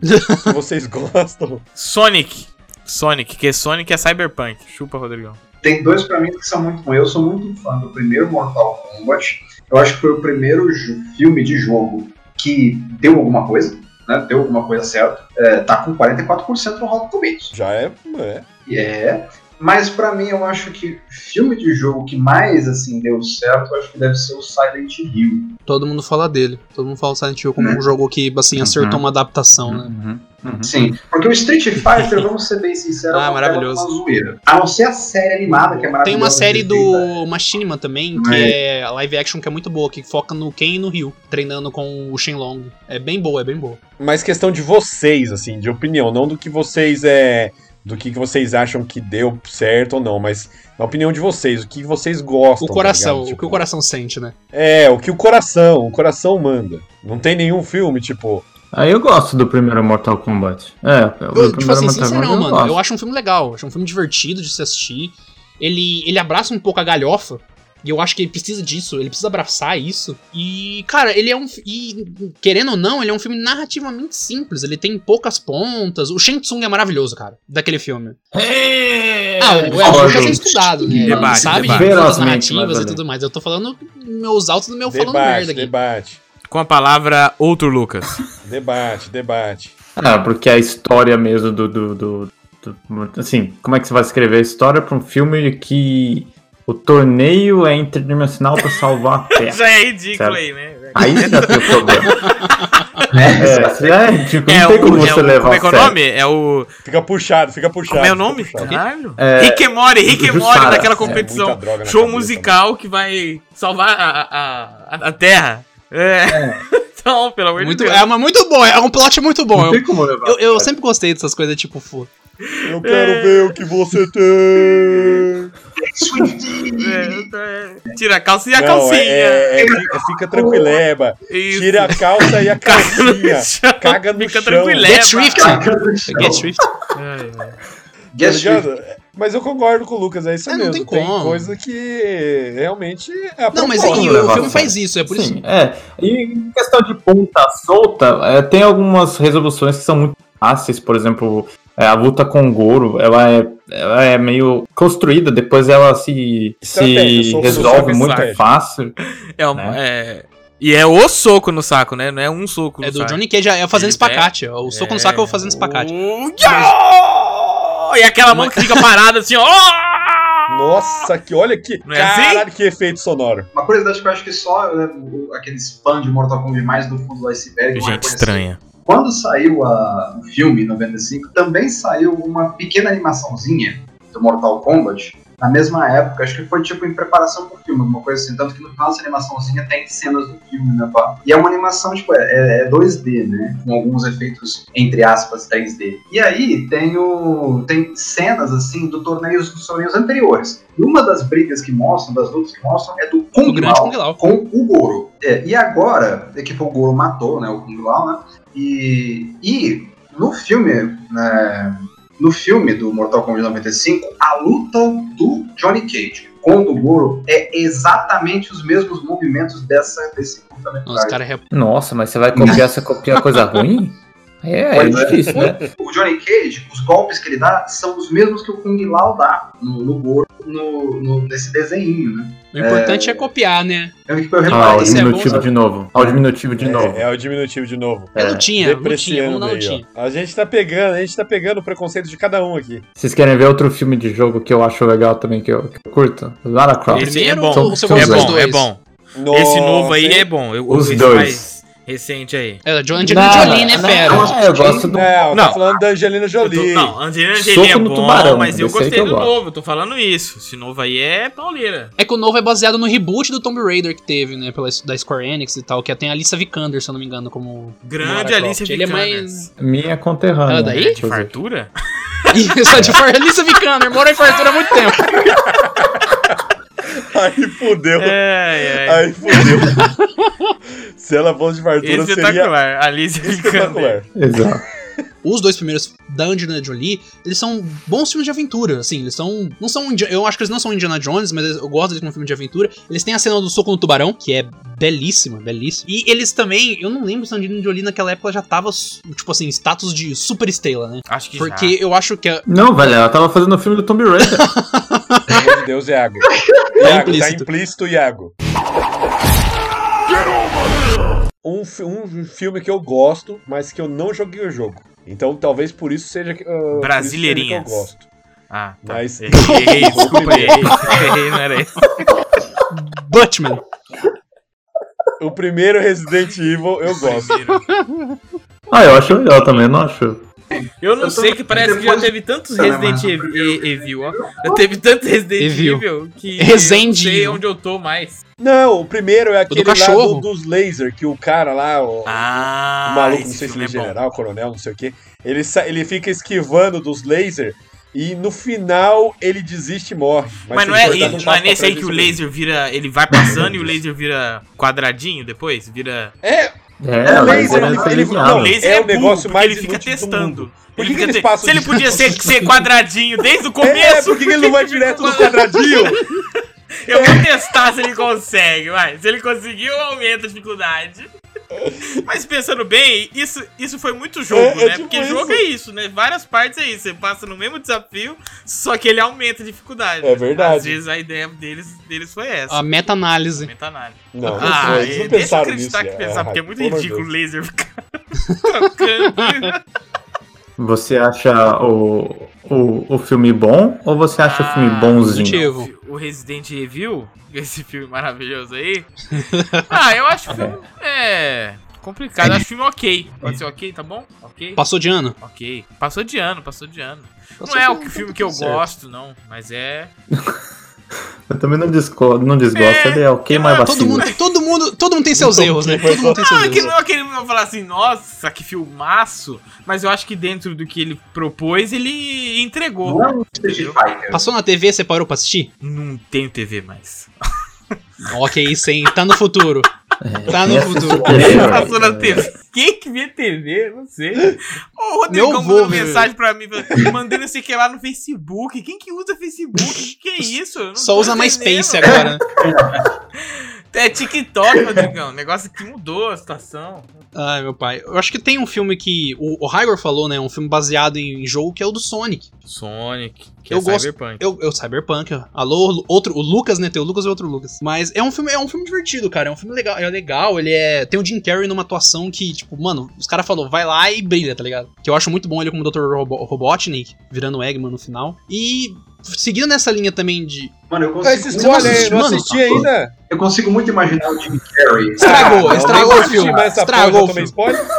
S2: que vocês gostam?
S1: Sonic. Sonic, que Sonic é Cyberpunk. Chupa, Rodrigão.
S5: Tem dois pra mim que são muito bons. Eu sou muito fã do primeiro Mortal Kombat. Eu acho que foi o primeiro jo- filme de jogo que deu alguma coisa, né? Deu alguma coisa certa. É, tá com 44% no Rotten Tomatoes.
S2: Já é, é.
S5: É. Mas pra mim eu acho que filme de jogo que mais assim deu certo, eu acho que deve ser o Silent Hill.
S4: Todo mundo fala dele. Todo mundo fala do Silent Hill como um jogo que,
S2: Uhum.
S4: assim, acertou uma adaptação, né?
S3: Uhum, uhum.
S5: Sim, porque o Street Fighter, vamos ser bem sinceros,
S4: Ah,
S5: é uma
S4: maravilhoso.
S5: bela zoeira. A não ser a série animada que é maravilhosa.
S4: Tem uma série
S5: perfeita.
S4: do Machinima também, que é a live action que é muito boa, que foca no Ken e no Ryu, treinando com o Shenlong. É bem boa, é bem boa.
S2: Mas questão de vocês, assim, de opinião, não do que vocês é. Do que, que vocês acham que deu certo ou não, mas na opinião de vocês, o que vocês gostam.
S4: O coração,
S2: tá ligado?
S4: o
S2: Tipo,
S4: que o coração sente, né?
S2: É, o que o coração, o coração manda. Não tem nenhum filme, tipo.
S3: Aí eu gosto do primeiro Mortal Kombat. É, o
S4: Eu,
S3: primeiro
S4: tipo assim,
S3: Mortal Kombat
S4: sincerão,
S3: eu
S4: mano,
S3: gosto.
S4: eu acho um filme legal, acho um filme divertido de se assistir. Ele, ele abraça um pouco a galhofa, e eu acho que ele precisa disso, ele precisa abraçar isso. E, cara, ele é um. fi- E, querendo ou não, ele é um filme narrativamente simples, ele tem poucas pontas. O Shang Tsung é maravilhoso, cara, daquele filme.
S2: É!
S4: Ah, o
S3: Concordo.
S4: Elfo já tinha estudado, né?
S1: Debate,
S4: sabe?
S1: debate.
S4: de todas as
S3: Ferozmente,
S4: narrativas
S3: mas
S4: e tudo mais. Eu tô falando meus altos do meu falando merda
S2: Debate,
S4: aqui.
S2: debate.
S1: Com a palavra outro Lucas.
S2: Debate, debate.
S3: Ah, porque a história mesmo do, do, do- do- Assim, como é que você vai escrever a história pra um filme que o torneio é internacional pra salvar a Terra?
S1: Já é ridículo
S3: Sabe?
S1: aí, né?
S3: Aí já tem o problema.
S5: Né?
S3: É, você é, tipo, não tem como
S1: é
S3: você levar
S1: como é
S3: a
S1: que é o
S3: sério.
S1: nome? É o.
S2: Fica puxado, fica puxado.
S1: Como é o
S2: fica
S1: nome?
S2: puxado.
S1: Caralho.
S3: É-
S1: Rick and Morty, Rick and Morty
S3: Jussara.
S1: daquela
S2: muita
S3: É,
S1: competição.
S2: droga na
S1: Show
S2: cabeça,
S1: musical que vai salvar a, a, a, a terra. É. então, pelo amor
S4: Muito,
S1: de Deus.
S4: é uma muito bom, é um plot muito bom.
S3: Não
S4: Eu,
S3: tem como levar.
S4: eu, eu sempre gostei dessas coisas, tipo, fu-
S2: mano. Eu quero ver o que você tem.
S1: É, é, tira a calça e a
S2: Não,
S1: calcinha.
S2: É, é- é- fica, fica tranquileba.
S1: Isso.
S2: Tira a calça e a
S1: Caga no
S2: calcinha.
S1: chão.
S2: Caga no
S1: Fica
S2: chão.
S1: tranquilo.
S4: Get
S1: Leva.
S4: Shrift! Get Shrift.
S1: Ai,
S2: Tá
S5: Guess
S2: ligado? Mas eu concordo com o Lucas, é isso
S4: É, não
S2: mesmo.
S4: tem
S2: tem
S4: como.
S2: coisa que realmente é a
S4: Não, mas
S2: proposta.
S4: aí,
S3: levar
S4: o
S3: a
S4: filme
S3: sério.
S4: faz isso, é por isso.
S3: Sim, é. E em questão de ponta solta, é, tem algumas resoluções que são muito fáceis, por exemplo, é, a luta com o Goro, ela é, ela é meio construída, depois ela se,
S2: Estratégia,
S3: se
S2: soco,
S3: resolve
S1: soco,
S3: muito
S2: estratégia.
S3: fácil.
S1: É um-
S3: Né?
S1: é- E é o soco no saco, né? Não é um soco no
S4: É do
S1: saco.
S4: Johnny Cage, é fazendo
S1: Ele
S4: espacate. ó. O soco no saco é o fazendo espacate.
S1: Oh, yeah! E aquela mão que fica parada assim, ó.
S2: Nossa, que olha que.
S1: Não é assim?
S2: caralho, que efeito sonoro.
S5: Uma curiosidade que eu acho que só né, o- aqueles fãs de Mortal Kombat mais do fundo do iceberg é vão
S1: Gente
S5: reconhecer.
S1: estranha.
S5: Quando saiu a- o filme em 95, também saiu uma pequena animaçãozinha do Mortal Kombat na mesma época, acho que foi tipo em preparação pro filme, alguma coisa assim. Tanto que no final dessa animaçãozinha tem cenas do filme, né, pá? E é uma animação, tipo, é, é 2D, né? Com alguns efeitos, entre aspas, 3D. E aí tem, o, tem cenas, assim, do torneios, dos torneios anteriores. E uma das brigas que mostram, das lutas que mostram, é do
S4: O
S5: Kung
S4: grande um
S5: Lao
S4: Kung Lao.
S5: com o Goro. É, e agora, é que foi o Goro matou, né, o Kung Lao, né? E, e no filme, né, no filme do Mortal Kombat 95, a luta do Johnny Cage com o do Goro é exatamente os mesmos movimentos dessa, desse
S4: Não, os
S5: curta-metragem.
S4: caras é...
S3: Nossa, mas você vai copiar essa copiar coisa ruim? É, é
S5: Pois é.
S3: difícil, né?
S5: O Johnny Cage, os golpes que ele dá são os mesmos que o Kung Lao dá no, no Goro, no, no- nesse desenho, né?
S4: O importante é... copiar, né?
S5: Eu, eu
S3: Ah, o
S5: reparei,
S4: isso é bom,
S3: diminutivo
S5: sabe?
S3: de novo. Ah, o diminutivo de
S2: É-
S3: novo.
S2: É, o diminutivo de novo.
S4: É,
S3: É,
S4: lutinha, lutinha, vamos
S2: Depreciando
S4: na
S2: aí,
S4: lutinha.
S2: ó. A gente tá pegando, a gente tá pegando o preconceito de cada um aqui.
S3: Vocês querem ver outro filme de jogo que eu acho legal também, que eu, que eu curto? Lara Croft.
S1: Esse é
S4: Primeiro
S1: bom.
S3: ou
S1: É
S3: você
S1: bom, é
S3: gosta dos
S1: bom, é
S4: dois?
S1: bom. Esse novo aí é bom. Eu,
S3: Os
S1: esse
S3: dois.
S1: mais recente aí.
S4: É, John Angelina
S3: Não,
S4: Jolie, né,
S3: não,
S4: fera?
S3: não, É, eu gosto do.
S2: Não,
S1: Não.
S2: tá falando da Angelina
S1: Eu tô-
S2: Jolie.
S1: não, Angelina
S3: Soco
S1: Jolie é
S3: no
S1: bom,
S3: tubarão,
S1: mas eu
S3: esse aí
S1: gostei
S3: que eu
S1: do
S3: gosto.
S1: novo. Eu tô falando isso. Esse novo aí é pauleira.
S4: É que o novo é baseado no reboot do Tomb Raider que teve, né? Pela, da Square Enix e tal, que é, tem a Alicia Vikander, se eu não me engano, como.
S1: Grande
S4: Lara
S1: Alicia
S4: Croft. Ele é
S1: Vikander.
S4: mais-
S3: Minha conterrânea.
S4: Ela daí?
S1: Grande
S3: inclusive.
S1: fartura?
S4: Isso, a de Far- Alicia Vikander, mora em fartura há muito tempo.
S2: Aí fudeu.
S1: É, é.
S2: Aí fudeu. Se ela fosse de fartura,
S1: tá
S2: seria tá
S1: Espetacular. Alicia Vikander.
S2: é espetacular.
S3: Exato.
S4: Os dois primeiros da Angelina Jolie, eles são bons filmes de aventura, assim, eles são. Não são. Indi- Eu acho que eles não são Indiana Jones, mas eu gosto deles como filme de aventura. Eles têm a cena do soco no tubarão, que é belíssima, belíssima. E eles também, eu não lembro se a Angelina Jolie naquela época já tava, tipo assim, status de super estrela, né?
S1: Acho que
S4: Porque eu acho que a,
S3: Não, velho, ela tava fazendo o filme do Tomb Raider.
S2: Pelo amor de Deus, Iago. Iago, tá
S4: implícito.
S2: implícito, Iago. Um, fi- um filme que eu gosto, mas que eu não joguei o jogo. Então talvez por isso seja que. ah, por isso seja que
S1: Brasileirinhas.
S2: eu gosto.
S1: já. Ah, tá.
S2: Mas-
S1: Errei, errei, desculpa, errei. Errei, não era isso.
S4: Butchman.
S2: O primeiro Resident Evil eu gosto.
S3: Ah, eu acho legal também, não acho.
S1: Eu não
S5: Eu tô-
S1: sei que parece que já
S5: depois-
S1: teve tantos
S5: Sei lá,
S1: Resident
S5: mano.
S1: Evil, e- Evil, ó. Já teve tantos Resident
S4: Evil.
S1: Evil que
S4: Resende.
S1: eu não sei onde eu tô mais.
S2: Não, o primeiro é aquele lá
S4: cachorro.
S2: do- dos laser, que o cara lá, o,
S1: Ah,
S2: o maluco, não sei se ele é general, coronel, não sei o quê, ele, sa- ele fica esquivando dos laser e no final ele desiste e morre.
S1: Mas
S2: se
S1: não
S2: ele
S1: é,
S2: for dar
S1: ele-
S2: um
S1: não é
S2: passo pra
S1: nesse aí
S2: trás,
S1: que o
S2: ele-
S1: laser vira. Ele vai passando e o laser vira quadradinho depois? Vira.
S2: É,
S3: É,
S2: é
S3: ela
S2: laser,
S3: era
S2: ele,
S3: essa
S2: ele-
S3: linha,
S2: não,
S1: O
S3: velho.
S1: laser
S2: é,
S1: é
S2: o negócio
S1: burro, porque
S2: mais
S1: ele fica
S2: inútil do
S1: testando.
S2: mundo. Por que que eles
S1: te-
S2: passam
S1: Se ele
S2: de-
S1: podia ser, ser quadradinho desde o
S2: É,
S1: começo,
S2: por que que ele não vai direto no quadradinho?
S1: eu vou testar se ele consegue, vai. Se ele conseguiu, aumenta a dificuldade. Mas pensando bem, isso, isso foi muito jogo,
S2: É, é
S1: né?
S2: tipo
S1: Porque jogo
S2: isso.
S1: é isso, né? Várias partes é isso. Você passa no mesmo desafio, só que ele aumenta a dificuldade.
S2: É verdade.
S1: Às vezes a ideia deles, deles foi
S4: A
S1: essa.
S4: meta-análise.
S1: Aumenta a nada.
S2: Não, não
S1: Ah,
S2: sei, eles
S1: é,
S2: não
S1: deixa eu
S2: pensaram
S1: acreditar
S2: nisso.
S1: que
S2: é,
S1: pensar, porque é
S2: Rafa,
S1: muito
S2: pelo amor de
S1: ridículo o
S2: Deus.
S1: laser ficar tocando.
S3: Você acha o, o, o filme bom ou você acha o filme
S1: Ah,
S3: bonzinho?
S4: Positivo.
S1: O Resident Evil, esse filme maravilhoso aí. Ah, eu acho o filme. É. Complicado, eu acho o filme ok. Pode ser ok, tá bom? Ok.
S4: Passou de ano?
S1: Ok. Passou de ano, passou de ano.
S4: Passou
S1: não é
S4: de
S1: o
S4: ano,
S1: que-
S4: tá
S1: filme
S4: tudo
S1: que eu
S4: certo.
S1: gosto, não. Mas é.
S3: Eu também não discordo, não desgosto. Ele é ok, mas
S4: ah, Todo
S3: vacilo.
S4: mundo, todo mundo, todo mundo tem seus erros, né? Todo mundo tem seus
S1: Ah, que não
S4: erros.
S1: é aquele que eu vou falar assim, nossa, que filmaço. Mas eu acho que dentro do que ele propôs, ele entregou.
S5: Não é um Street Fighter.
S4: Passou na TV, você parou pra assistir?
S1: Não tenho TV mais.
S4: Ok, sim, tá no futuro.
S3: É,
S4: Tá no
S3: quem assiste
S4: futuro.
S3: TV, velho,
S1: Passou na
S3: é-
S1: TV. Quem que vê TV? Não sei. Ô, O Rodrigão
S4: Meu vô
S1: mandou
S4: vê.
S1: mensagem pra mim, falando, mandando isso aqui lá no Facebook. Quem que usa Facebook? Que que é isso? Eu não
S4: Só
S1: tô
S4: usa mais
S1: entendendo.
S4: Space agora. né?
S1: É TikTok, Rodrigão. Negócio que mudou a situação.
S4: Ai, Ah, meu pai. Eu acho que tem um filme que o, o Hygor falou, né? Um filme baseado em jogo que é o do Sonic.
S1: Sonic,
S4: que é Eu gosto-
S1: Cyberpunk.
S4: Eu, eu Cyberpunk, ó. alô, Lu- outro, o Lucas, né? Tem o Lucas e outro Lucas. Mas é um filme, é um filme divertido, cara. É um filme legal, é legal. Ele é tem o Jim Carrey numa atuação que, tipo, mano, os caras falou, vai lá e brilha, tá ligado? Que eu acho muito bom ele como Dr. Robo- Robotnik, virando o Eggman no final. E seguindo nessa linha também de
S5: Mano, eu
S2: Mas
S5: consigo,
S4: não
S2: olha aí,
S4: assistiu,
S2: não
S4: mano? tá
S2: assisti ainda.
S5: eu consigo muito imaginar o Jim Carrey.
S4: Estragou,
S2: Ah, não,
S4: estragou o
S2: eu assisti
S4: filme,
S2: mais essa porra,
S4: estragou
S2: já
S4: o
S2: tomei
S4: filme.
S2: spoiler?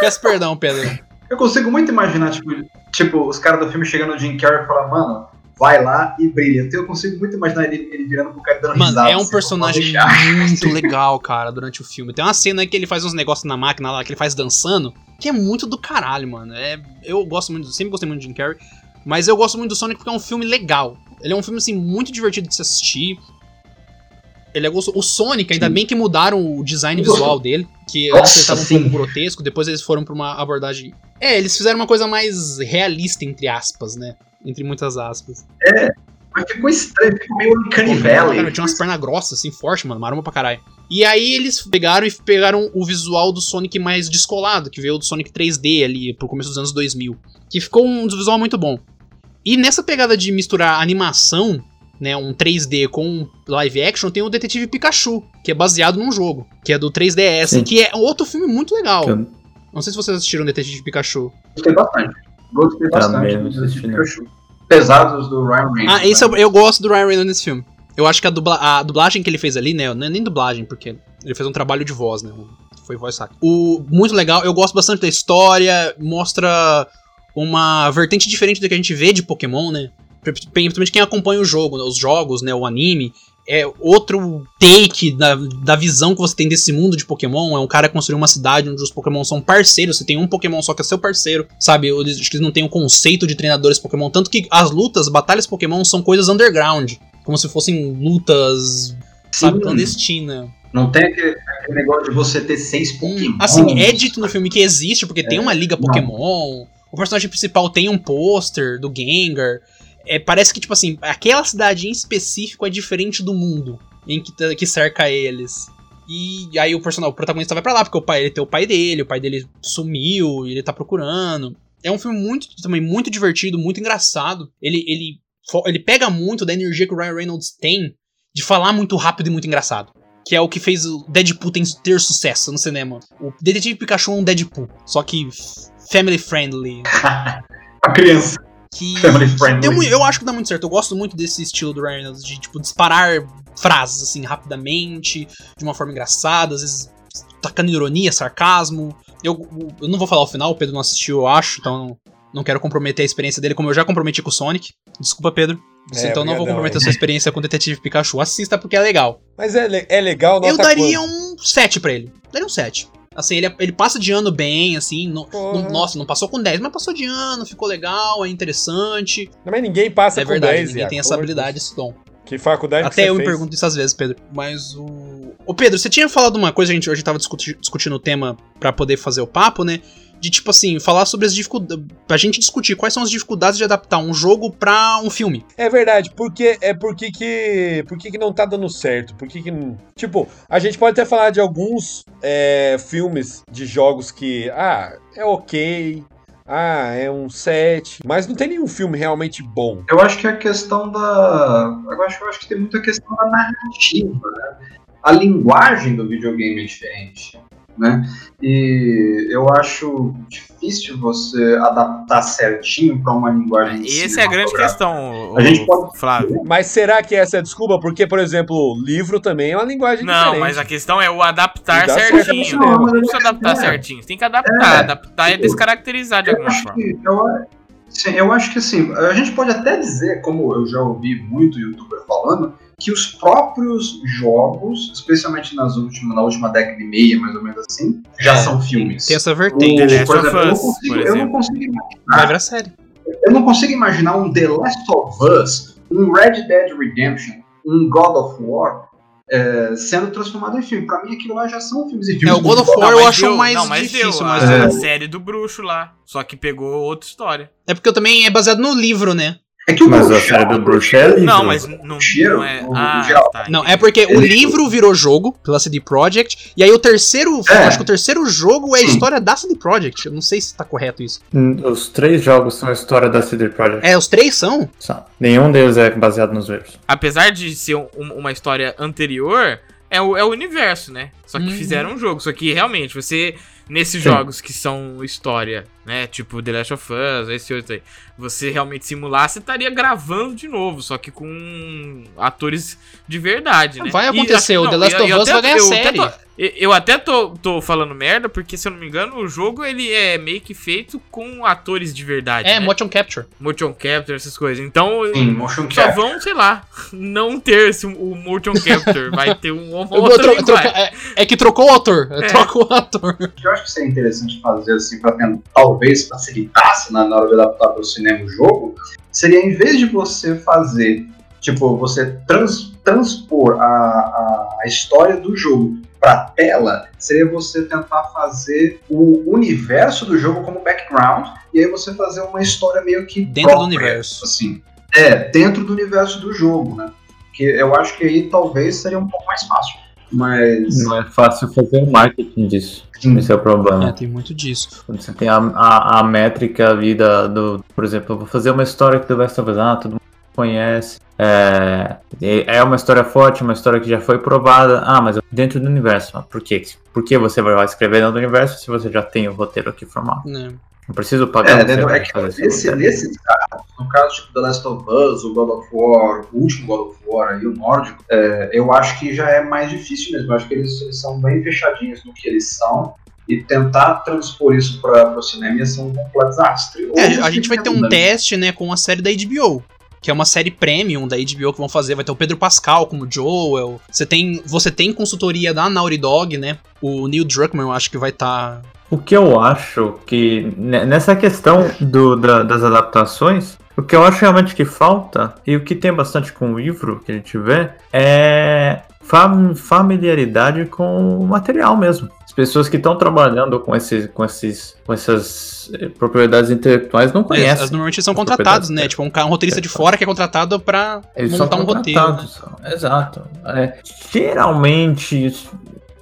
S4: Peço perdão, Pedro.
S5: Eu consigo muito imaginar, tipo, tipo os caras do filme chegando no Jim Carrey e falar, mano, vai lá e brilha. Então eu consigo muito imaginar ele, ele virando pro cara e dando
S4: Mano,
S5: risada.
S4: é um
S5: assim,
S4: personagem
S5: pra deixar.
S4: muito legal, cara, durante o filme. Tem uma cena que ele faz uns negócios na máquina lá, que ele faz dançando, que é muito do caralho, mano. É, eu gosto muito, sempre gostei muito de Jim Carrey, mas eu gosto muito do Sonic porque é um filme legal. Ele é um filme, assim, muito divertido de se assistir. Ele é gostoso. O Sonic, ainda bem que mudaram o design
S5: Nossa.
S4: visual dele, que
S5: Nossa,
S4: antes ele tava um
S5: sim.
S4: pouco grotesco, depois eles foram pra uma abordagem... É, eles fizeram uma coisa mais realista, entre aspas, né? Entre muitas aspas.
S5: Mas ficou estranho, ficou meio Uncanny
S4: Cara,
S5: Valley.
S4: tinha umas pernas grossas, assim, forte, mano. Maromba pra caralho. E aí eles pegaram e pegaram o visual do Sonic mais descolado, que veio do Sonic 3D ali pro começo dos anos 2000. Que ficou um visual muito bom. E nessa pegada de misturar animação, né, um 3D com um live action, tem o Detetive Pikachu, que é baseado num jogo, que é do 3DS,
S3: Sim.
S4: que é outro filme muito legal.
S3: Que eu-
S4: Não sei se vocês assistiram Detetive Pikachu.
S5: Gostei bastante. Gostei
S3: Tá
S5: bastante
S3: mesmo,
S5: do
S3: esse
S5: Pikachu. Pesados do Ryan Reynolds.
S4: Ah, esse
S5: né?
S4: eu, eu gosto do Ryan Reynolds nesse filme. Eu acho que a, dubla- a dublagem que ele fez ali, né? Não é nem dublagem, porque ele fez um trabalho de voz, né? um- Foi voice acting. O Muito legal, eu gosto bastante da história, mostra uma vertente diferente do que a gente vê de Pokémon, né? Pri- Principalmente quem acompanha o jogo, né, os jogos, né? O anime. É outro take da, da visão que você tem desse mundo de Pokémon. É um cara construir uma cidade onde os Pokémon são parceiros. Você tem um Pokémon só que é seu parceiro, sabe? Eles, acho que eles não têm o conceito de treinadores Pokémon. Tanto que as lutas, batalhas Pokémon são coisas underground. Como se fossem lutas, sabe,
S5: né? Sim.
S4: clandestina.
S5: Não tem aquele, aquele negócio de você ter seis Pokémon.
S4: Assim, é dito no filme que existe, porque tem uma liga Pokémon, o personagem principal tem um pôster do Gengar. É, parece que, tipo assim, aquela cidade em específico é diferente do mundo em que, tá- que cerca eles. E aí o, personagem, o protagonista vai pra lá, porque o pai, ele tem o pai dele, o pai dele sumiu e ele tá procurando. É um filme muito também muito divertido, muito engraçado. Ele, ele, fo- ele pega muito da energia que o Ryan Reynolds tem de falar muito rápido e muito engraçado que é o que fez o Deadpool tem- ter sucesso no cinema. O Detetive Pikachu é um Deadpool, só que f- family friendly.
S5: A criança.
S4: Que
S5: Family friendly.
S4: tem mu- eu acho que dá muito certo. Eu gosto muito desse estilo do Ryan Reynolds de tipo disparar frases assim rapidamente, de uma forma engraçada, às vezes tacando ironia, sarcasmo. Eu, eu não vou falar o final, o Pedro não assistiu, eu acho, então não quero comprometer a experiência dele, como eu já comprometi com o Sonic. Desculpa, Pedro.
S2: É,
S4: então não vou
S2: brigadão,
S4: comprometer a
S2: hein.
S4: sua experiência com o Detetive Pikachu. Assista porque é legal.
S2: Mas é, le- é legal, nota
S4: Eu daria
S2: quanto?
S4: um 7 pra ele. Daria um 7. Assim, ele, ele passa de ano bem, assim. não-
S2: Porra.
S4: não- nossa, não passou com 10, mas passou de ano, ficou legal, é interessante.
S2: Não, Mas ninguém passa
S4: é
S2: com
S4: verdade,
S2: 10,
S4: ninguém
S2: Iago,
S4: tem essa
S2: pelo amor de
S4: habilidade, esse dom.
S2: Deus. Que faculdade que
S4: Até
S2: você
S4: eu me
S2: fez?
S4: pergunto isso às vezes, Pedro. Mas o. Ô, Pedro, você tinha falado uma coisa, a gente hoje tava discuti- discutindo o tema pra poder fazer o papo, né? De tipo assim, falar sobre as dificuldades. Pra gente discutir quais são as dificuldades de adaptar um jogo pra um filme.
S2: É verdade, porque é porque que por que que não tá dando certo? Por que que não- tipo, a gente pode até falar de alguns é, filmes de jogos que ah, é OK, ah, é um 7, mas não tem nenhum filme realmente bom.
S5: Eu acho que é a questão da. Eu acho, eu acho que tem muita questão da narrativa, né? A linguagem do videogame é diferente, né? E eu acho difícil você adaptar certinho para uma linguagem.
S1: Essa é a grande
S5: cinematográfica.
S1: questão,
S5: A gente
S1: ô,
S5: pode-
S1: Flávio.
S2: Mas será que essa é a desculpa? Porque, por exemplo, livro também é uma linguagem
S1: Não,
S2: diferente.
S1: mas a questão é o adaptar
S2: Dá certo no
S1: certinho. né?
S2: cinema.
S1: Não, precisa adaptar
S5: É.
S1: certinho. Tem que adaptar.
S5: É.
S1: Adaptar é descaracterizar de
S5: Eu
S1: alguma
S5: acho
S1: forma.
S5: que- eu- sim, eu acho que assim, a gente pode até dizer, como eu já ouvi muito youtuber falando, que os próprios jogos, especialmente nas últimas, na última década e meia, mais ou menos assim, já
S4: É,
S5: são filmes.
S4: Tem essa
S5: O-
S4: vertente.
S1: The Last
S5: por
S1: of
S5: exemplo, eu não
S1: Us,
S5: consigo-
S1: por
S5: eu não
S1: exemplo.
S5: consigo
S4: Vai virar série.
S5: eu não consigo imaginar um The Last of Us, um Red Dead Redemption, um God of War eh, sendo transformado em filme. Pra mim, aquilo lá já são filmes e filmes.
S4: É, o God of
S5: com-
S4: War eu
S1: mas
S4: acho mais difícil,
S1: a,
S4: mas
S5: é.
S1: a série do bruxo lá. Só que pegou outra história.
S4: É porque eu também é baseado no livro, né?
S5: É que o
S3: Mas a
S5: Bruxo-
S3: série do Bruxo é livro.
S1: Não, mas não, não é.
S5: Cheiro,
S1: Ah,
S5: no geral.
S1: tá.
S4: Não, é porque o
S5: Ele-
S4: livro virou jogo pela CD Projekt, e aí o terceiro,
S5: É.
S4: acho que o terceiro jogo é a
S5: Sim.
S4: história da CD Projekt. Eu não sei se tá correto isso.
S3: Hum, Os três jogos são a história da CD Projekt.
S4: É, os três são?
S3: São. Nenhum deles é baseado nos livros.
S1: apesar de ser um- um- uma história anterior, é o, é o universo, né? Só que
S4: Uhum.
S1: fizeram um jogo. Só que realmente, você. Nesses
S3: Sim.
S1: jogos que são história, né? Tipo The Last of Us, esse outro aí. Você realmente simular, você estaria gravando de novo, só que com atores de verdade, né?
S4: Vai
S1: E
S4: acontecer,
S1: acho que
S4: o The Last
S1: eu-
S4: of
S1: eu
S4: Us
S1: até-
S4: vai ganhar
S1: eu até
S4: série.
S1: tô- eu- Eu até tô, tô falando merda, porque se eu não me engano, o jogo ele é meio que feito com atores de verdade.
S4: É,
S1: né?
S4: motion capture.
S1: motion capture, essas coisas. Então,
S5: Sim, motion
S1: só
S5: capture.
S1: vão, sei lá, não ter esse, o motion capture. vai ter um ou
S4: Eu-
S1: outro
S4: tro-
S1: que
S4: troca-
S1: vai.
S4: é, é que trocou o autor. É, Troca o ator.
S5: que eu acho que seria interessante fazer assim para tentar talvez facilitasse na, na hora de adaptar para o cinema o jogo seria em vez de você fazer tipo você trans- transpor a, a, a história do jogo para tela seria você tentar fazer o universo do jogo como background e aí você fazer uma história meio que
S4: Dentro do
S5: própria,
S4: universo.
S5: assim é dentro do universo do jogo né que eu acho que aí talvez seria um pouco mais fácil mas
S3: Não é fácil fazer o marketing disso. Esse é o problema.
S4: É, tem muito disso.
S3: Quando você tem a, a, a métrica ali da, do. Por exemplo, eu vou fazer uma história que The Last of Us, ah, todo mundo conhece. É, e- é uma história forte, uma história que já foi provada. Ah, mas dentro do universo. Ah, por quê? Por que você vai escrever dentro do universo se você já tem o roteiro aqui formado?
S4: né?
S3: Não preciso pagar
S5: É,
S3: você
S5: né, não,
S3: pra
S5: é que
S3: fazer esse
S5: nesse,
S3: roteiro.
S5: nesses casos, no caso tipo The Last of Us, o God of War, o último God of War e o Nórdico, é, eu acho que já é mais difícil mesmo. Eu acho que eles, eles são bem fechadinhos no que eles são. E tentar transpor isso para o cinema ia ser um completo desastre.
S4: É,
S5: Ou
S4: a gente vai ter um
S5: né?
S4: teste, né, com a série da HBO. Que é uma série premium da HBO que vão fazer. Vai ter o Pedro Pascal como Joel. Você tem, você tem consultoria da Naughty Dog, né? O Neil Druckmann, eu acho que vai tá estar.
S3: O que eu acho que ne- nessa questão do- da- das adaptações, o que eu acho realmente que falta, e o que tem bastante com o livro que a gente vê, é fam- familiaridade com o material mesmo. As pessoas que estão trabalhando com, esses, com, esses, com essas eh, propriedades intelectuais não
S4: As,
S3: conhecem.
S4: normalmente são
S3: As
S4: contratados,
S3: propriedades,
S4: né?
S3: é.
S4: Tipo, um, ca- um roteirista de fora que é contratado pra
S3: Eles
S4: montar
S3: são
S4: um roteiro. né?
S3: contratados, são. Exato. É, geralmente, isso-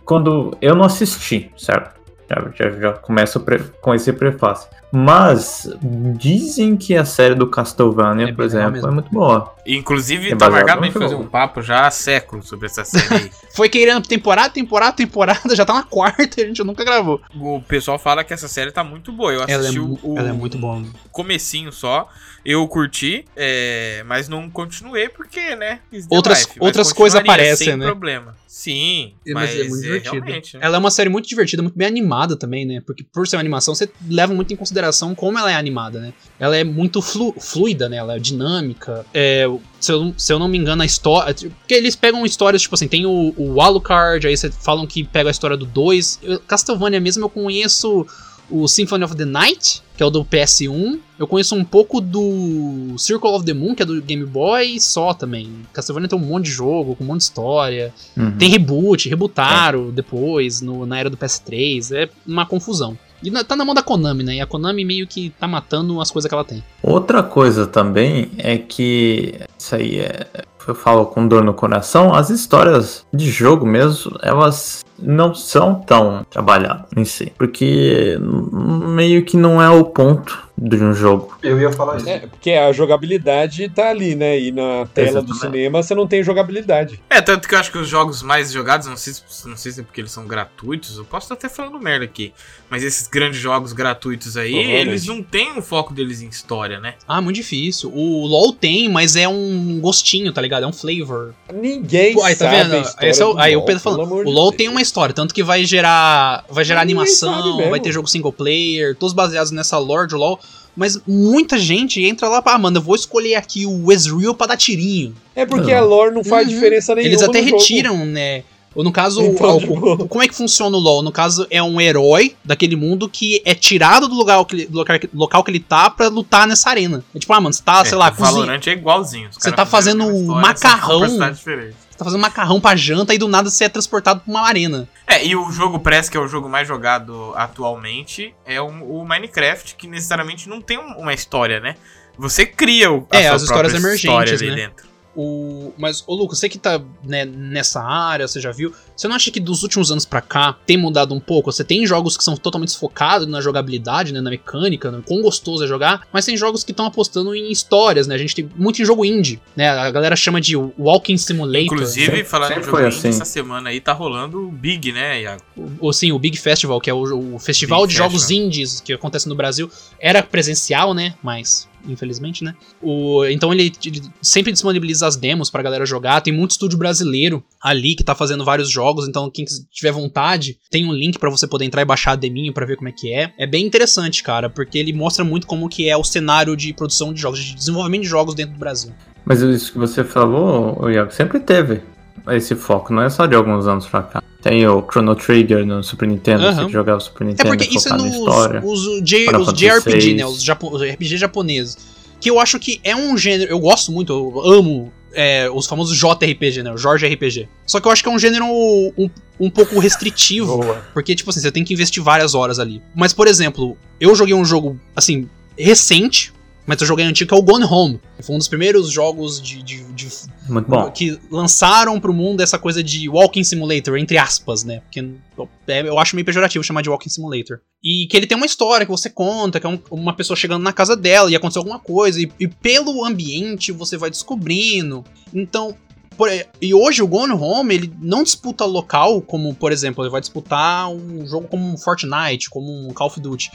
S3: quando eu não assisti, certo? Já, já, já começo pre- com esse prefácio. Mas dizem que a série do Castlevania,
S4: É
S3: por
S4: bem legal
S3: exemplo,
S4: mesmo.
S3: é muito boa.
S1: Inclusive,
S3: É
S1: tá
S3: baseado
S1: marcado
S3: no
S1: pra gente fazer
S3: jogo.
S1: um papo já há séculos sobre essa série aí.
S4: Foi querendo temporada, temporada, temporada. Já tá na quarta e a gente nunca gravou.
S1: O pessoal fala que essa série tá muito boa. Eu
S4: Ela é,
S1: assisti
S4: mu-
S1: o, o
S4: ela é muito boa.
S1: comecinho só. Eu curti, é, mas não continuei porque, né? is the
S4: Outras-
S1: life, mas
S4: outras coisas
S1: continuaria,
S4: aparecem,
S1: sem
S4: né?
S1: problema. Sim,
S4: É, mas
S1: mas,
S4: é muito
S1: é
S4: divertido.
S1: realmente, né?
S4: Ela é uma série muito divertida, muito bem animada também, né? Porque por ser uma animação, você leva muito em consideração como ela é animada, né? Ela é muito flu- fluida, né? Ela é dinâmica. É, o- se, eu, não- se eu não me engano, a história. Porque eles pegam histórias, tipo assim, tem o, o Alucard, aí você falam que pega a história do 2. Eu- Castlevania mesmo, eu conheço o Symphony of the Night, que é o do PS1. Eu conheço um pouco do Circle of the Moon, que é do Game Boy, e só também. Castlevania tem um monte de jogo, com um monte de história. Tem reboot, rebootaram depois, no- na era do PS3, é uma confusão. E na- tá na mão da Konami, né? E a Konami meio que tá matando as coisas que ela tem.
S3: Outra coisa também é que isso aí é, eu falo com dor no coração, as histórias de jogo mesmo, elas não são tão trabalhadas em si, porque hum, meio que não é o ponto de um jogo.
S5: Eu ia falar isso.
S2: É, porque a jogabilidade tá ali, né? E na tela do
S3: Exatamente.
S2: cinema você não tem jogabilidade.
S1: É, tanto que eu acho que os jogos mais jogados, não sei, se- não sei se é porque eles são gratuitos, eu posso estar até falando merda aqui, mas esses grandes jogos gratuitos aí,
S2: Provavelmente.
S1: eles não têm o foco deles em história, né?
S4: Ah, muito difícil. O LoL tem, mas é um gostinho, tá ligado? É um flavor.
S2: Ninguém
S4: Pô, aí tá
S2: sabe
S4: vendo?
S2: a história
S4: Esse é o-
S2: do
S4: aí o
S2: LoL,
S4: Pedro
S2: pelo
S4: falando,
S2: amor
S4: o
S2: de
S4: LoL
S2: Deus.
S4: tem um-" uma história, tanto que vai gerar, vai gerar
S2: Ninguém sabe
S4: animação,
S2: mesmo.
S4: vai ter jogo single player, todos baseados nessa lore do LoL, mas muita gente entra lá, pra, ah, mano, eu vou escolher aqui o Ezreal pra dar tirinho.
S2: É porque
S3: Não.
S2: a lore não faz
S4: Uhum.
S2: diferença nenhuma.
S4: Eles até
S2: no jogo.
S4: retiram, né? Ou no caso,
S2: Então,
S4: o-
S2: de
S4: o-
S2: boa.
S4: como é que funciona o LoL? No caso, é um herói daquele mundo que é tirado do lugar que ele- do local, que- local que ele tá pra lutar nessa arena. É tipo, ah, mano, você tá, sei
S1: É,
S4: lá,
S1: o
S4: cozinha,
S1: Valorant é igualzinho. os
S4: Você
S1: caras
S4: tá fazendo
S1: fizeram uma história,
S4: um
S1: só que com
S4: macarrão.
S1: capacidade diferente.
S4: você tá fazendo macarrão pra janta e do nada você é transportado pra uma arena.
S1: É, e o jogo parece que é o jogo mais jogado atualmente, é o, o Minecraft, que necessariamente não tem um- uma um, história, né? Você cria o, a
S4: É,
S1: sua
S4: as histórias
S1: própria
S4: emergentes,
S1: história ali
S4: né?
S1: dentro.
S4: O... Mas, ô Lucas, você que tá né, nessa área, você já viu, você não acha que dos últimos anos pra cá tem mudado um pouco? Você tem jogos que são totalmente focados na jogabilidade, né, na mecânica, no quão gostoso é jogar, mas tem jogos que estão apostando em histórias, né? A gente tem muito em jogo indie, né? A galera chama de Walking Simulator.
S1: Inclusive, falando em
S3: sempre
S1: jogo
S3: foi
S1: indie,
S3: assim.
S1: essa semana aí tá rolando o Big, né, Iago?
S4: ou sim, o Big Festival, que é o, o festival
S1: Big
S4: de jogos indies que acontece no Brasil, era presencial, né? Mas, infelizmente, né? O, então ele, ele sempre disponibiliza as demos pra galera jogar. Tem muito estúdio brasileiro ali que tá fazendo vários jogos, então quem quis- tiver vontade, tem um link pra você poder entrar e baixar a deminho pra ver como é que é. É bem interessante, cara, porque ele mostra muito como que é o cenário de produção de jogos, de desenvolvimento de jogos dentro do Brasil.
S3: Mas isso que você falou, o Iago, sempre teve esse foco, não é só de alguns anos pra cá. Tem o Chrono Trigger no Super Nintendo,
S4: Aham.
S3: você que jogava o Super
S4: É
S3: Nintendo
S4: porque isso é
S3: focado em
S4: nos
S3: história.
S4: os, J-
S3: Final
S4: os
S3: Fantasy
S4: JRPG,
S3: VI.
S4: né? Os japo- os RPG japoneses. Que eu acho que é um gênero. Eu gosto muito, eu amo é, os famosos JRPG, né? O Jorge RPG. Só que eu acho que é um gênero um, um pouco restritivo. porque, tipo assim, você tem que investir várias horas ali. Mas, por exemplo, eu joguei um jogo, assim, recente. Mas eu joguei antigo, que é o Gone Home. Foi um dos primeiros jogos de- de- de
S3: Muito bom.
S4: que lançaram pro mundo essa coisa de Walking Simulator, entre aspas, né? Porque eu- é, eu acho meio pejorativo chamar de Walking Simulator. E que ele tem uma história que você conta, que é um- uma pessoa chegando na casa dela e aconteceu alguma coisa, e, e pelo ambiente você vai descobrindo. Então. por- e hoje o Gone Home, ele não disputa local, como, por exemplo, ele vai disputar um jogo como um Fortnite, como um Call of Duty.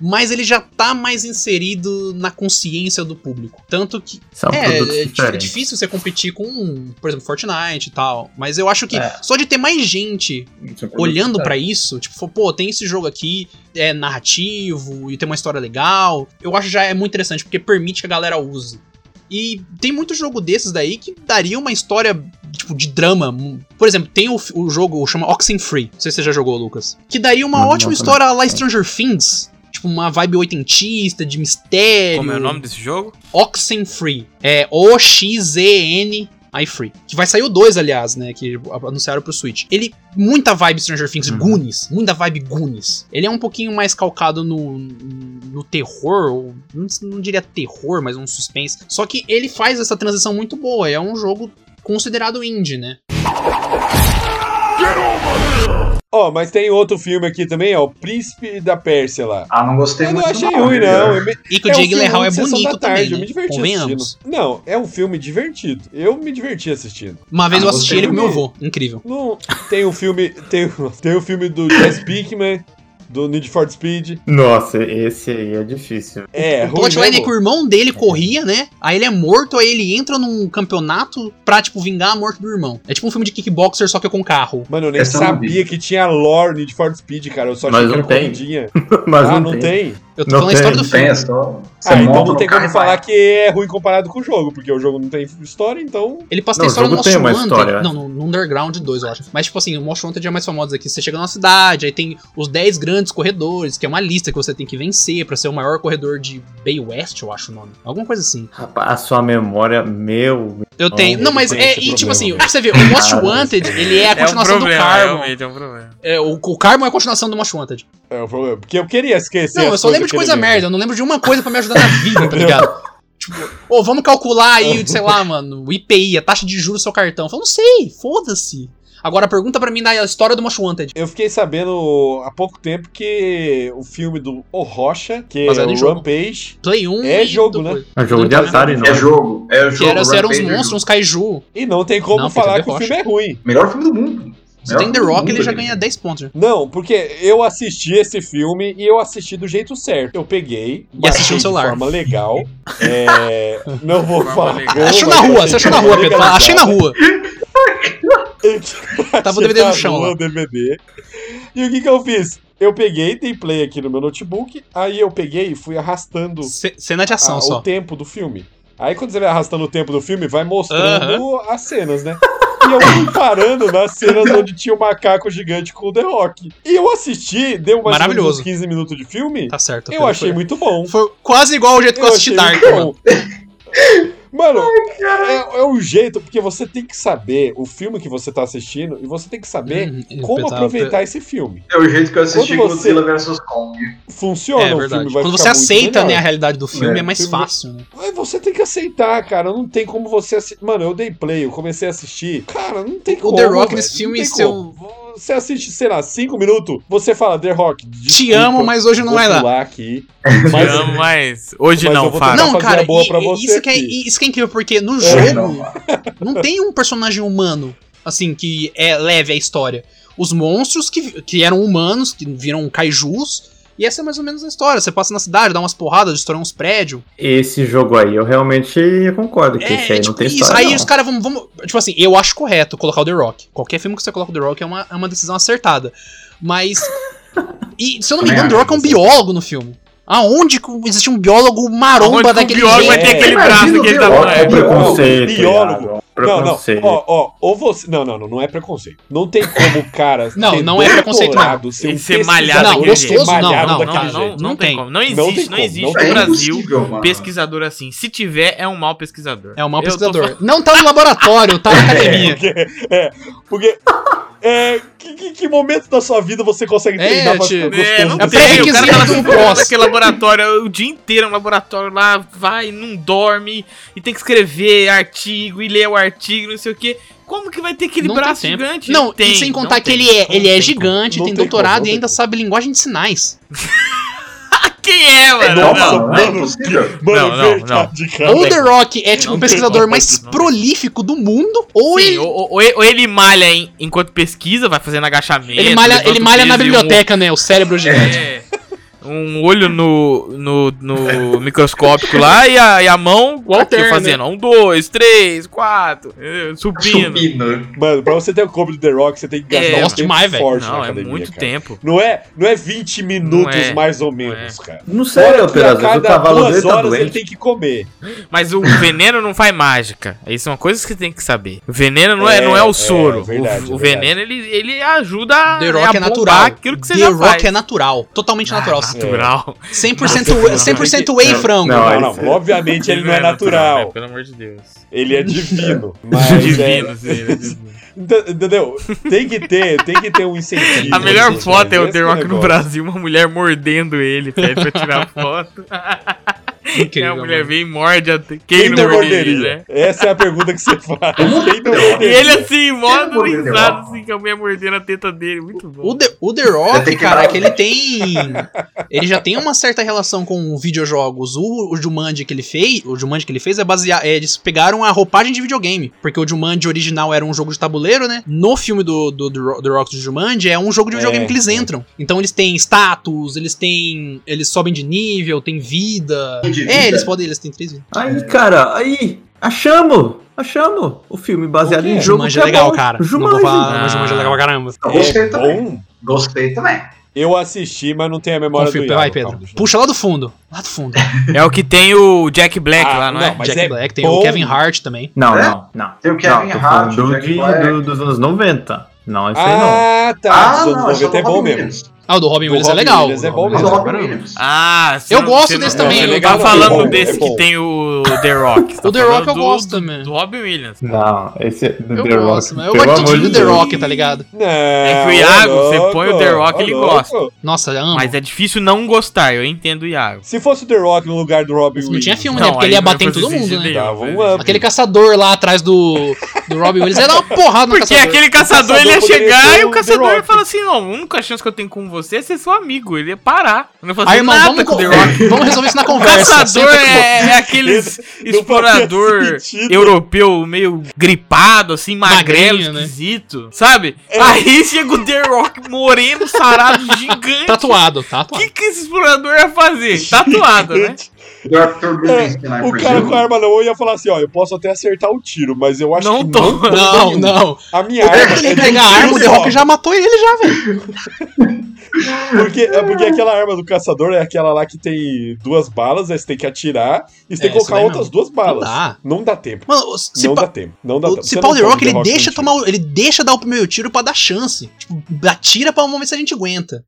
S4: Mas ele já tá mais inserido na consciência do público. Tanto que,
S3: São
S4: é,
S3: produtos
S4: é, di- é
S3: diferentes.
S4: difícil você competir com, por exemplo, Fortnite e tal. Mas eu acho que
S3: É.
S4: só de ter mais gente olhando pra isso, tipo, fala, pô, tem esse jogo aqui, é narrativo e tem uma história legal. Eu acho já é muito interessante, porque permite que a galera use. E tem muito jogo desses daí que daria uma história, tipo, de drama. Por exemplo, tem o, f- o jogo chama Oxenfree. Não sei se você já jogou, Lucas. Que daria uma
S3: Não, não
S4: ótima
S3: também.
S4: história lá Stranger Things. Tipo, uma vibe oitentista, de mistério.
S1: Como é o nome desse jogo?
S4: Oxenfree. É O-X-E-N. I Free. Que vai sair o 2, aliás, né? Que a- anunciaram pro Switch. Ele. Muita vibe Stranger Things,
S3: Uhum.
S4: Goonies. Muita vibe Goonies. Ele é um pouquinho mais calcado no. no terror. Ou, não, não diria terror, mas um suspense. Só que ele faz essa transição muito boa. É um jogo considerado indie, né?
S2: Ó, mas tem outro filme aqui também, ó, o Príncipe da Pérsia lá.
S5: Ah, não gostei
S2: Eu não
S5: muito. né?
S2: achei ruim, não. Eu me- um
S4: E É. que o Jake
S2: filme
S4: Gyllenhaal é
S2: de Sessão
S4: bonito
S2: da tarde,
S4: também.
S2: Eu me
S4: Né?
S2: diverti
S4: Convenhamos.
S2: assistindo. Não, é um filme divertido. Eu me diverti assistindo.
S4: Uma vez
S5: Ah,
S4: eu assisti
S5: você
S4: ele com meu
S5: também.
S4: avô. Incrível.
S2: Não, tem o filme, tem, o- tem o filme do Jess Pinkman, do Need for Speed.
S3: Nossa, esse aí é difícil.
S2: É,
S4: O plotline é que o irmão dele corria, né? Aí ele é morto, aí ele entra num campeonato pra, tipo, vingar a morte do irmão. É tipo um filme de kickboxer, só que com carro.
S2: Mano, eu nem
S5: Essa eu não
S2: sabia que tinha lore Need for Speed, cara. Eu só achei
S3: Mas
S2: que
S3: não
S2: era
S3: tem.
S2: corridinha.
S3: Mas
S2: ah, não tem?
S4: Eu tô
S3: Não
S4: falando a história do
S3: tem,
S5: Não tem,
S4: filme.
S5: é só. Você
S2: Ah, então
S5: monta
S2: não
S5: no
S2: tem
S5: carro
S2: como
S5: e vai.
S2: falar que é ruim comparado com o jogo, porque o jogo não tem história, então.
S4: Ele passa
S3: Não,
S4: a
S3: o
S4: história no
S3: jogo
S4: Most
S3: tem uma
S4: Wanted.
S3: história,
S4: não, no, no Underground 2, eu acho. Mas, tipo assim, o Most Wanted é mais famoso aqui. Você chega numa cidade, aí tem os 10 grandes corredores, que é uma lista que você tem que vencer pra ser o maior corredor de Bay West, eu acho o nome. Alguma coisa assim.
S3: Rapaz, a sua memória, meu.
S4: Eu tenho.
S3: eu
S4: Não, mas
S2: tenho
S4: é.
S2: esse
S4: E, tipo
S2: problema.
S4: assim, pra você ver, o Most
S3: Cara,
S4: Wanted, ele é a
S1: É um
S4: continuação do
S1: problema,
S4: Carmo.
S1: realmente, é um problema.
S4: É, o, o Carmo é a continuação do Most Wanted.
S2: É o problema. Porque eu queria esquecer.
S4: Não,
S2: as
S4: eu só
S2: coisas
S4: lembro de
S2: que ele
S4: coisa
S2: lembra.
S4: merda, eu não lembro de uma coisa pra me ajudar na vida, tá ligado? Tipo, ô, vamos calcular aí, sei lá, mano, o IPI, a taxa de juros do seu cartão. Eu falo, não sei, foda-se. Agora pergunta pra mim da história do Most Wanted.
S2: Eu fiquei sabendo há pouco tempo que o filme do O Rocha, que
S4: Mas
S2: é
S4: era
S2: o
S4: em jogo.
S2: Rampage,
S4: Play 1
S2: É
S4: e
S2: jogo,
S4: depois-
S3: É um jogo de Atari, não.
S5: É jogo. É jogo.
S4: Que era, eram uns
S5: Rampage é
S4: monstros,
S5: jogo.
S4: uns kaiju.
S2: e não tem como
S4: Não,
S2: falar
S4: tem
S2: que o
S4: Rocha.
S2: filme é ruim.
S5: Melhor filme do mundo.
S4: Se tem The
S5: Melhor
S4: Rock,
S5: filme do
S4: ele já
S5: mundo,
S4: ganha
S5: gente.
S4: 10 pontos. já.
S2: Não, porque eu assisti esse filme e eu assisti do jeito certo. Eu peguei, baixei
S4: assisti no celular.
S2: de forma legal. É, não vou
S1: Forma
S2: falar.
S1: legal.
S2: como,
S4: Achou na
S2: mas é
S4: rua,
S2: achei
S4: você achou na rua, Pedro. Fala,
S2: legalizada.
S4: Achei na rua. Tava o DVD no
S2: na
S4: chão,
S2: rua,
S4: lá.
S2: o DVD. E o que que eu fiz? Eu peguei, dei play aqui no meu notebook, aí eu peguei e fui arrastando
S4: C- Cena é de ação
S2: a-
S4: só.
S2: o tempo do filme. Aí quando você vai arrastando o tempo do filme, vai mostrando as cenas, né? E eu fui parando nas cenas onde tinha o macaco gigante com o The Rock. E eu assisti, deu mais ou menos
S4: Maravilhoso.
S2: uns 15 minutos de filme.
S4: Tá certo.
S2: eu
S4: Pedro,
S2: achei
S4: foi-
S2: muito bom.
S4: Foi quase igual o jeito que eu assisti Dark,
S2: achei
S4: mano.
S2: muito bom. então, Mano, é, é um jeito, porque você tem que saber o filme que você tá assistindo e você tem que saber
S4: Hum,
S2: como
S4: Pedro, tá-
S2: aproveitar esse filme.
S5: É o jeito que eu assisti
S2: Quando você-
S5: Godzilla vs Kong.
S2: Funciona
S4: é
S2: o
S4: verdade.
S2: filme, vai
S4: Quando
S2: ficar muito
S4: você aceita né, a
S2: melhor.
S4: realidade do filme, é,
S5: É,
S2: o
S4: mais
S2: filme-
S4: fácil, né?
S2: você tem que aceitar, cara. Não tem como você aceitar. Mano, eu dei play, eu comecei a assistir. Cara, não tem
S4: O
S2: como.
S4: The Rock
S2: velho,
S4: nesse
S2: não
S4: filme,
S2: tem
S4: seu-
S2: como. Você assiste, sei lá, cinco minutos, você fala, The Rock.
S4: Te amo, mas hoje não
S2: vou
S4: vai lá.
S2: pular aqui.
S1: Te amo, mas hoje
S2: Mas eu
S1: não,
S2: vou
S1: Fábio.
S2: tentar-
S1: Não,
S4: Não,
S2: fazer
S4: cara,
S2: uma boa
S4: e-
S2: Ah, pra
S4: e
S2: você
S4: isso, que é,
S2: aqui.
S4: e- isso que é incrível, porque no
S5: Hoje
S4: jogo
S5: não, mano.
S4: não tem um personagem humano, assim, que é leve a história. Os monstros que, que eram humanos, que viram kaijus, e essa é mais ou menos a história. Você passa na cidade, dá umas porradas, destrói uns prédios.
S3: Esse jogo aí, eu realmente concordo que esse aí não tem
S4: É, tipo isso.
S3: história.
S4: Aí
S3: não.
S4: os caras vão, vão- Tipo assim, eu acho correto colocar o The Rock. Qualquer filme que você coloca o The Rock é uma, é uma decisão acertada. Mas. e se eu não me
S5: Também
S4: engano, o The
S5: acho
S4: Rock é um
S5: que
S4: biólogo no filme. Aonde que existe um biólogo maromba
S1: Onde que o
S4: daquele
S1: biólogo vai
S4: jeito?
S1: ter aquele
S5: É.
S1: braço que ele tá
S5: Imagina o
S3: Ó, é
S1: falando?
S3: preconceito.
S2: Biólogo.
S3: Iago, é um
S2: Não, não,
S3: Preconceito.
S2: ó, ó, ou você. Não, não, não, não é preconceito. Não tem como o cara.
S4: Não,
S2: ter
S4: não é preconceito, não.
S2: doutorado, Ser um
S1: E ser malhado
S2: pesquisador,
S1: daquele
S2: ser
S4: jeito.
S2: malhado
S4: Não, não,
S2: daquele
S4: não,
S2: jeito.
S4: não tem.
S1: Não
S2: Não tem
S1: existe, não
S2: como,
S1: existe
S2: não
S1: no
S2: tem.
S1: Brasil
S5: É mano.
S1: pesquisador assim. Se tiver, é um mau pesquisador.
S4: É um mau
S1: Eu tô
S4: pesquisador. Não tá no laboratório, tá na academia.
S2: Porque. É, que, que- que momento da sua vida você consegue
S4: É,
S2: treinar pra
S4: tipo,
S2: ficar
S1: É, não
S2: gostoso? né?
S4: É
S2: do
S1: tem. O
S2: jeito?
S1: cara
S4: pré-requisito
S1: tá lá
S4: do
S1: sentado
S4: próximo.
S1: naquele laboratório o dia inteiro no laboratório lá, vai, não dorme, e tem que escrever artigo, e ler o artigo, não sei o quê. Como que vai ter aquele
S4: Não tem
S1: braço
S4: tempo.
S1: gigante?
S4: Não,
S1: tem,
S4: e sem
S1: não
S4: contar que
S1: tem,
S4: ele é,
S1: não
S4: ele é
S1: tem
S4: gigante,
S2: como.
S4: tem
S2: Não tem
S4: doutorado
S2: como,
S4: e
S2: não
S4: ainda
S2: tem
S4: sabe linguagem de sinais.
S1: como. Quem é, mano? Não.
S5: Não, mano, não é possível.
S1: Não, não,
S2: verdade, cara.
S4: Ou The Rock é tipo
S1: Não tem
S4: o pesquisador
S1: como,
S4: mais
S1: não tem.
S4: prolífico do mundo, ou
S1: Sim,
S4: ele,
S1: ou, ou- ou ele- ou ele malha em- enquanto pesquisa, vai fazendo agachamento.
S4: ele malha,
S1: levanta
S4: ele
S1: o
S4: malha na
S1: peso e um-
S4: biblioteca, né? O cérebro gigante.
S1: É. Um olho no, no, no microscópico lá e a, e a mão aqui
S4: Alterna.
S1: fazendo. Um, dois, três, quatro. eh, Subindo.
S5: Supina.
S2: Mano, pra você ter o combo do The Rock, você tem que
S1: É,
S2: gastar um
S1: nossa,
S2: tempo
S4: demais, velho.
S2: forte
S1: Não,
S2: na
S1: é
S2: academia,
S1: muito
S2: cara.
S1: tempo.
S2: Não é, não é 20 minutos
S1: Não é,
S2: mais ou
S1: é.
S2: menos, cara.
S3: Não sei,
S2: Fora que a
S3: Alperaz, às vezes o
S2: cada
S3: cavalo
S2: duas
S3: dele tá
S2: horas ele
S3: doente.
S2: tem que comer.
S1: Mas o veneno não faz mágica. Isso é uma coisa que você tem que saber. O veneno não é,
S2: É,
S1: não é o
S2: é,
S1: soro.
S2: verdade, é
S1: o, o
S2: verdade.
S1: veneno, ele, ele ajuda a,
S4: The
S1: a
S4: Rock é
S1: bombar
S4: natural.
S1: Ah, aquilo que você
S4: The
S1: já
S4: Rock
S1: faz.
S4: é natural. Totalmente natural.
S1: Ah, natural.
S4: 100% whey, 100% whey
S3: Não,
S4: frango.
S3: não,
S2: Não,
S3: Olha,
S2: não,
S3: Ah, isso-
S2: obviamente ele não é
S1: né?
S2: natural.
S1: Pelo amor de Deus.
S2: Ele é divino. Mas é-
S1: né? divino, sim, ele é divino.
S2: Ent- Entendeu? Tem que ter, tem que ter um incentivo.
S1: A melhor
S2: assim,
S1: foto
S2: cara.
S1: é o
S2: Esse
S1: The
S2: é
S1: Rock no
S2: negócio.
S1: Brasil, uma mulher mordendo ele, pede pra tirar foto. E
S4: Incrível,
S1: a É, mulher
S4: mano.
S1: vem e morde até quem
S2: Quem
S1: não
S2: não
S1: morderia, né?
S2: morderia? Essa é a pergunta que você faz. Quem não
S1: E
S2: morderia?
S1: ele assim, modo
S5: morderia?
S1: risado, assim, com a mulher mordendo a teta dele, muito bom.
S4: O The, o The
S5: Vai ter
S4: Rock,
S5: que
S4: cara,
S5: dar-
S4: é que ele tem. Ele já tem uma certa relação com videojogos. O, o Jumanji que ele fez. O Jumanji que ele fez é baseado. é, eles pegaram a roupagem de videogame. Porque o Jumanji original era um jogo de tabuleiro, né? No filme do, do, do, Ro- do Rock do Jumanji é um jogo de videogame
S2: É,
S4: que eles
S2: é.
S4: entram. Então eles têm status, eles têm. Eles sobem de nível, têm vida.
S5: Tem de vida.
S4: É, eles podem. Eles têm três vidas.
S3: Aí, cara, aí, achamos, achamos o filme baseado
S2: O quê?
S3: em jogo
S4: Jumanji
S3: que
S4: é legal,
S3: bom.
S4: cara. Não vou
S3: Jumanji.
S4: falar, mas
S1: Ah.
S4: Jumanji é legal pra caramba.
S5: Gostei
S2: É
S5: também.
S2: bom.
S5: Gostei também.
S2: Eu assisti, mas não tenho a memória
S4: Confio,
S2: do Iago,
S4: vai, Pedro.
S2: calma, deixa eu-
S4: Puxa lá do fundo. Lá do fundo.
S1: É o que tem o Jack Black
S2: Ah,
S1: lá, não, é?
S2: não, mas-
S4: Jack
S2: é
S4: Black, tem
S2: bom.
S4: o Kevin Hart também.
S3: Não,
S5: É?
S3: não, não.
S5: Tem o Kevin
S3: não, tô
S5: Hart,
S3: falando
S5: o Jack
S3: de-
S5: Black.
S3: do- dos anos 90. Não, esse aí
S2: Ah, tá. Os anos 90 é bom mesmo.
S5: Williams.
S4: Ah, o do Robin
S2: Do
S4: Williams
S2: Robin
S4: é legal.
S2: Williams é
S4: O
S2: bom
S4: Robin
S5: Mas
S2: mesmo.
S5: o
S4: Williams
S5: Robin
S4: legal.
S5: Williams.
S1: Ah, você
S4: Eu
S1: não-
S4: gosto
S1: você não- Você
S4: desse também,
S1: não
S4: eu
S1: tá
S2: gosto. É
S1: falando
S2: bom,
S1: desse
S2: é
S1: que
S2: bom.
S1: tem o The Rock. você tá
S4: O The Rock
S1: falando
S4: eu
S1: do-
S4: gosto também.
S1: Do Robin Williams.
S3: não. Não, esse é do
S4: Eu
S3: The
S4: gosto,
S3: Rock.
S4: mas eu
S3: pelo
S4: gosto
S3: amor
S4: de
S3: de
S4: The
S3: Deus.
S4: Rock, tá ligado?
S2: Não,
S1: É que o Iago,
S2: ô
S1: você põe o The Rock,
S2: ô
S1: ele
S2: louco.
S1: gosta.
S4: Nossa, eu amo.
S1: Mas é difícil não gostar, eu entendo o Iago.
S2: Se fosse o The Rock no lugar do Robin
S4: Não
S2: Williams.
S4: tinha filme,
S1: Não,
S4: né? Porque
S1: aí
S4: ele ia
S1: não ia
S4: bater em
S1: fazer
S4: todo mundo,
S1: sentido
S4: né?
S1: nenhum.
S2: Dava um up.
S4: Aquele caçador lá atrás do, do Robin Williams ia dar uma porrada no
S1: Porque
S4: caçador.
S1: aquele caçador,
S2: caçador
S1: ele ia
S2: poderia
S1: chegar
S2: ser
S1: e o
S2: o
S1: caçador
S2: The
S1: ia
S2: Rock.
S1: falar assim: não, a única chance que eu tenho com você é ser seu amigo. Ele ia parar. Eu não ia fazer
S4: Aí, irmão,
S1: nada
S4: vamos,
S1: com o The
S4: co-
S1: Rock.
S4: vamos resolver isso na
S1: O
S4: conversa.
S1: caçador
S4: Senta que eu vou-
S1: é, é aqueles
S2: não fazia
S1: explorador
S2: sentido.
S1: europeu meio gripado, assim, magrelo,
S4: Magrinho, né?
S1: esquisito. Sabe? Aí chega o The Rock moreno, sarado, gigante.
S4: Tatuado, tá
S1: O
S4: tatuado.
S1: que, é que esse explorador ia fazer? Tatuado, né?
S5: Dr. Livingston, né,
S2: É, o
S5: por
S2: cara
S5: exemplo.
S2: com a arma não ia falar assim, ó, eu posso até acertar o tiro, mas eu acho
S1: Não
S2: que
S1: tô.
S2: não.
S4: Não, não.
S2: A minha
S4: O
S2: arma
S4: cara que
S2: é
S4: ele
S2: de um
S4: pegar a
S2: tiro
S4: arma, o The
S2: só.
S4: Rock já matou ele já, velho.
S2: Porque, é porque aquela arma do caçador é aquela lá que tem duas balas, aí você tem que atirar e você
S4: É,
S2: tem que
S4: isso
S2: colocar
S4: daí
S2: outras
S4: não.
S2: duas
S4: Não
S2: balas.
S4: dá.
S2: Não dá tempo.
S4: Mano, se
S2: não
S4: pa-
S2: dá tempo. Não dá
S4: o-
S2: tempo.
S4: se
S2: Você
S4: pau
S2: não
S4: The
S2: pode um
S4: Rock, ele
S2: com
S4: deixa
S2: tiro.
S4: tomar, o- ele deixa dar o primeiro tiro pra dar chance. Tipo, atira pra vamos ver se a gente aguenta.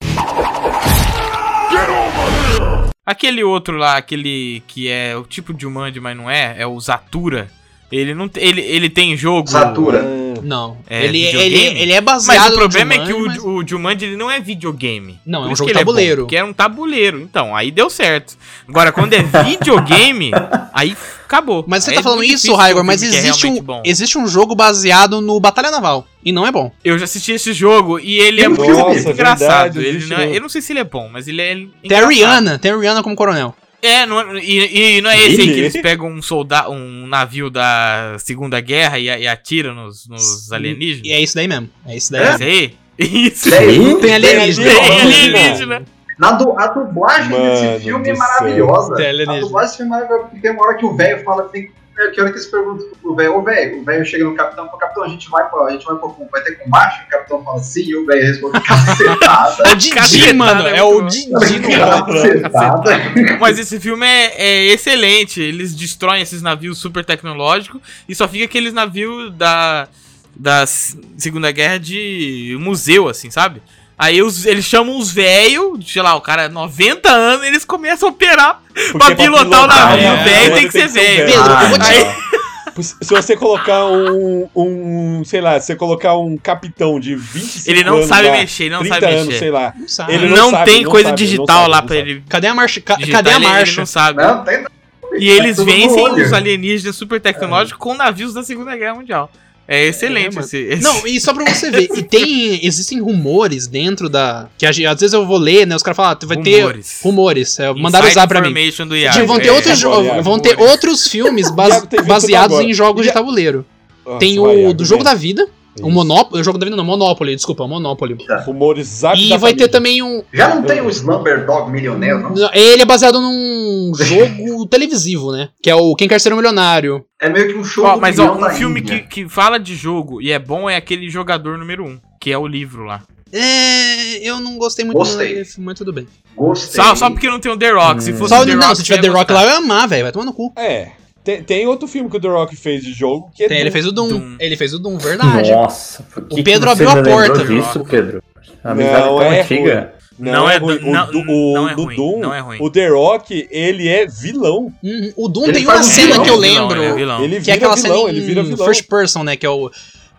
S1: Aquele outro lá, aquele que é o tipo de Humand, mas não é, é o Zatura. Ele não te- ele, ele tem jogo.
S5: Zatura.
S2: Ah,
S4: Não.
S1: É,
S4: ele, ele,
S1: videogame?
S4: ele é baseado
S1: Mas o
S4: no
S1: problema é
S4: Jumanji,
S1: que o,
S4: mas-
S1: o Jumanji ele não é videogame.
S4: Não, é
S1: Por
S4: um
S1: isso
S4: jogo
S1: que ele
S4: tabuleiro.
S1: bom, que era um tabuleiro. Então, aí deu certo. Agora, quando é videogame, aí acabou.
S4: Mas você
S1: Aí
S4: tá
S1: é
S4: falando
S1: muito
S4: isso,
S1: difícil ter
S4: Raigor,
S1: um
S4: mas
S1: filme que é
S4: existe,
S1: realmente
S4: um,
S1: bom.
S4: existe um jogo baseado no Batalha Naval. E não é bom.
S1: Eu já assisti esse jogo e ele é
S5: Tem um
S1: muito
S5: filme.
S1: engraçado.
S2: Verdade,
S1: ele
S2: existe
S1: não é-
S5: um-
S2: mesmo.
S1: eu não sei se ele é bom, mas ele é.
S4: Tem a
S1: engraçado.
S4: Rihanna, tem a Rihanna como coronel.
S1: É, não é- e, e não é esse aí
S2: Really?
S1: que eles pegam um soldado, um navio da Segunda Guerra e, a- e atiram nos, nos
S4: E
S1: alienígenas?
S4: é isso daí mesmo. É isso daí.
S1: É esse
S4: mesmo.
S1: aí? Isso.
S3: Sim.
S4: Tem
S1: Tem
S4: alienígena.
S2: Tem
S1: É alienígena.
S5: Na du- a dublagem
S2: Mano
S5: desse filme é
S2: do
S5: maravilhosa.
S4: céu.
S5: A dublagem desse filme é maravilhosa, porque tem uma hora que o velho fala que tem. é, Que hora que eles perguntam pro velho, ô velho, o velho chega no capitão, fala, capitão, a gente vai pra, a gente vai, pra, vai ter combate? O capitão fala sim, e o velho responde, cacetada.
S4: É o Didi,
S1: Cacetada,
S4: mano.
S1: é
S4: É o
S1: muito
S4: Didi.
S5: cacetada.
S1: Mas esse filme é, é excelente. Eles destroem esses navios super tecnológicos e só fica aqueles navios da, da S- Segunda Guerra de museu, assim, sabe? Aí os- eles chamam os velhos, sei lá, o cara 90 anos, eles começam a operar. pra pilotar o
S3: navio,
S2: um
S1: velho, tem que ser velho.
S4: Pedro, eu vou te-
S3: Ah,
S2: Se você colocar um, um, sei lá, se você colocar um capitão de 25
S1: Ele não
S2: anos
S1: sabe
S2: lá,
S1: mexer, ele não
S2: 30
S1: sabe
S2: anos,
S1: mexer.
S2: sei lá.
S4: Ah, Não sabe.
S2: Ele
S1: Ele
S2: não
S1: não,
S2: sabe,
S1: tem
S2: não
S1: coisa
S2: sabe, ele não
S1: digital
S2: sabe,
S1: lá
S2: ele não
S1: pra
S2: sabe.
S1: ele.
S4: Cadê a marcha? ca-
S1: digitar,
S4: cadê a
S1: ele- ele
S4: marcha?
S1: não sabe.
S5: Não, tem nada.
S1: E eles
S5: Tá tudo no
S1: vencem
S5: olho.
S1: os alienígenas super tecnológicos com navios da Segunda Guerra Mundial. É excelente
S4: mano.
S1: esse, esse-
S4: Não, e só pra você ver, e tem. Existem rumores dentro da. Que a gente- às vezes eu vou ler, né? Os caras falam, ah, tu vai ter
S1: rumores.
S4: rumores. É, mandaram usar pra mim.
S1: Information Do Iago,
S4: Gente, vão ter,
S1: é.
S4: outros,
S2: Iago,
S4: jo-
S2: Iago,
S4: vão ter
S1: rumores.
S4: outros filmes base-
S2: Iago teve isso
S4: baseados
S2: agora.
S4: em jogos de
S2: Ia-
S4: tabuleiro.
S2: Nossa,
S4: tem o
S2: vai, Iago,
S4: do Jogo
S2: né?
S4: da Vida, o Monopoly. O Jogo da Vida não, Monopoly, desculpa, Monopoly.
S2: Rumores zap
S4: E
S2: da
S4: vai
S2: família.
S4: ter também um.
S5: Já não tem o Slumberdog Milionaire, não?
S4: Ele é baseado num jogo televisivo, né? Que é o Quem Quer Ser um Milionário.
S5: É meio que um show
S1: Ó,
S5: do
S1: mas ó,
S5: milhão
S4: tá
S1: um
S5: da
S1: filme
S5: Índia.
S1: que, que fala de jogo e é bom é aquele jogador número um, que é o livro lá.
S4: É. Eu não gostei muito
S5: Gostei.
S4: dele, mas tudo bem.
S5: Gostei.
S1: Só, só porque não tem o The Rock. Se
S3: Hum.
S1: fosse
S4: Só,
S1: o The
S4: não,
S1: Rock,
S4: se
S1: eu
S4: tiver
S1: ia
S4: The Rock
S1: gostar.
S4: lá, eu ia amar, velho. Vai tomar no cu.
S2: É. Tem, tem outro filme que o The Rock fez de jogo que é
S4: Tem, ele fez o Doom.
S1: Doom.
S4: Ele fez o Doom, é verdade.
S3: Nossa, por que
S4: O Pedro
S3: que você
S4: abriu a
S3: ainda lembrou
S4: porta.
S3: disso, Pedro. A amizade
S2: Não,
S3: tão
S2: é
S3: antiga.
S1: Não, é
S2: ruim.
S1: do- não-
S2: do-
S1: não é
S2: do
S1: ruim,
S2: Doom,
S1: não é ruim.
S2: O The Rock, ele é vilão.
S4: Uhum. O Doom
S5: Ele
S4: tem
S5: faz
S4: uma
S5: um
S4: cena
S5: vilão,
S4: que eu
S1: vilão,
S4: lembro.
S1: ele é vilão.
S2: Ele
S4: que é
S2: vira
S4: aquela
S2: vilão,
S4: cena em
S2: ele vira vilão.
S4: first person, né? Que é o.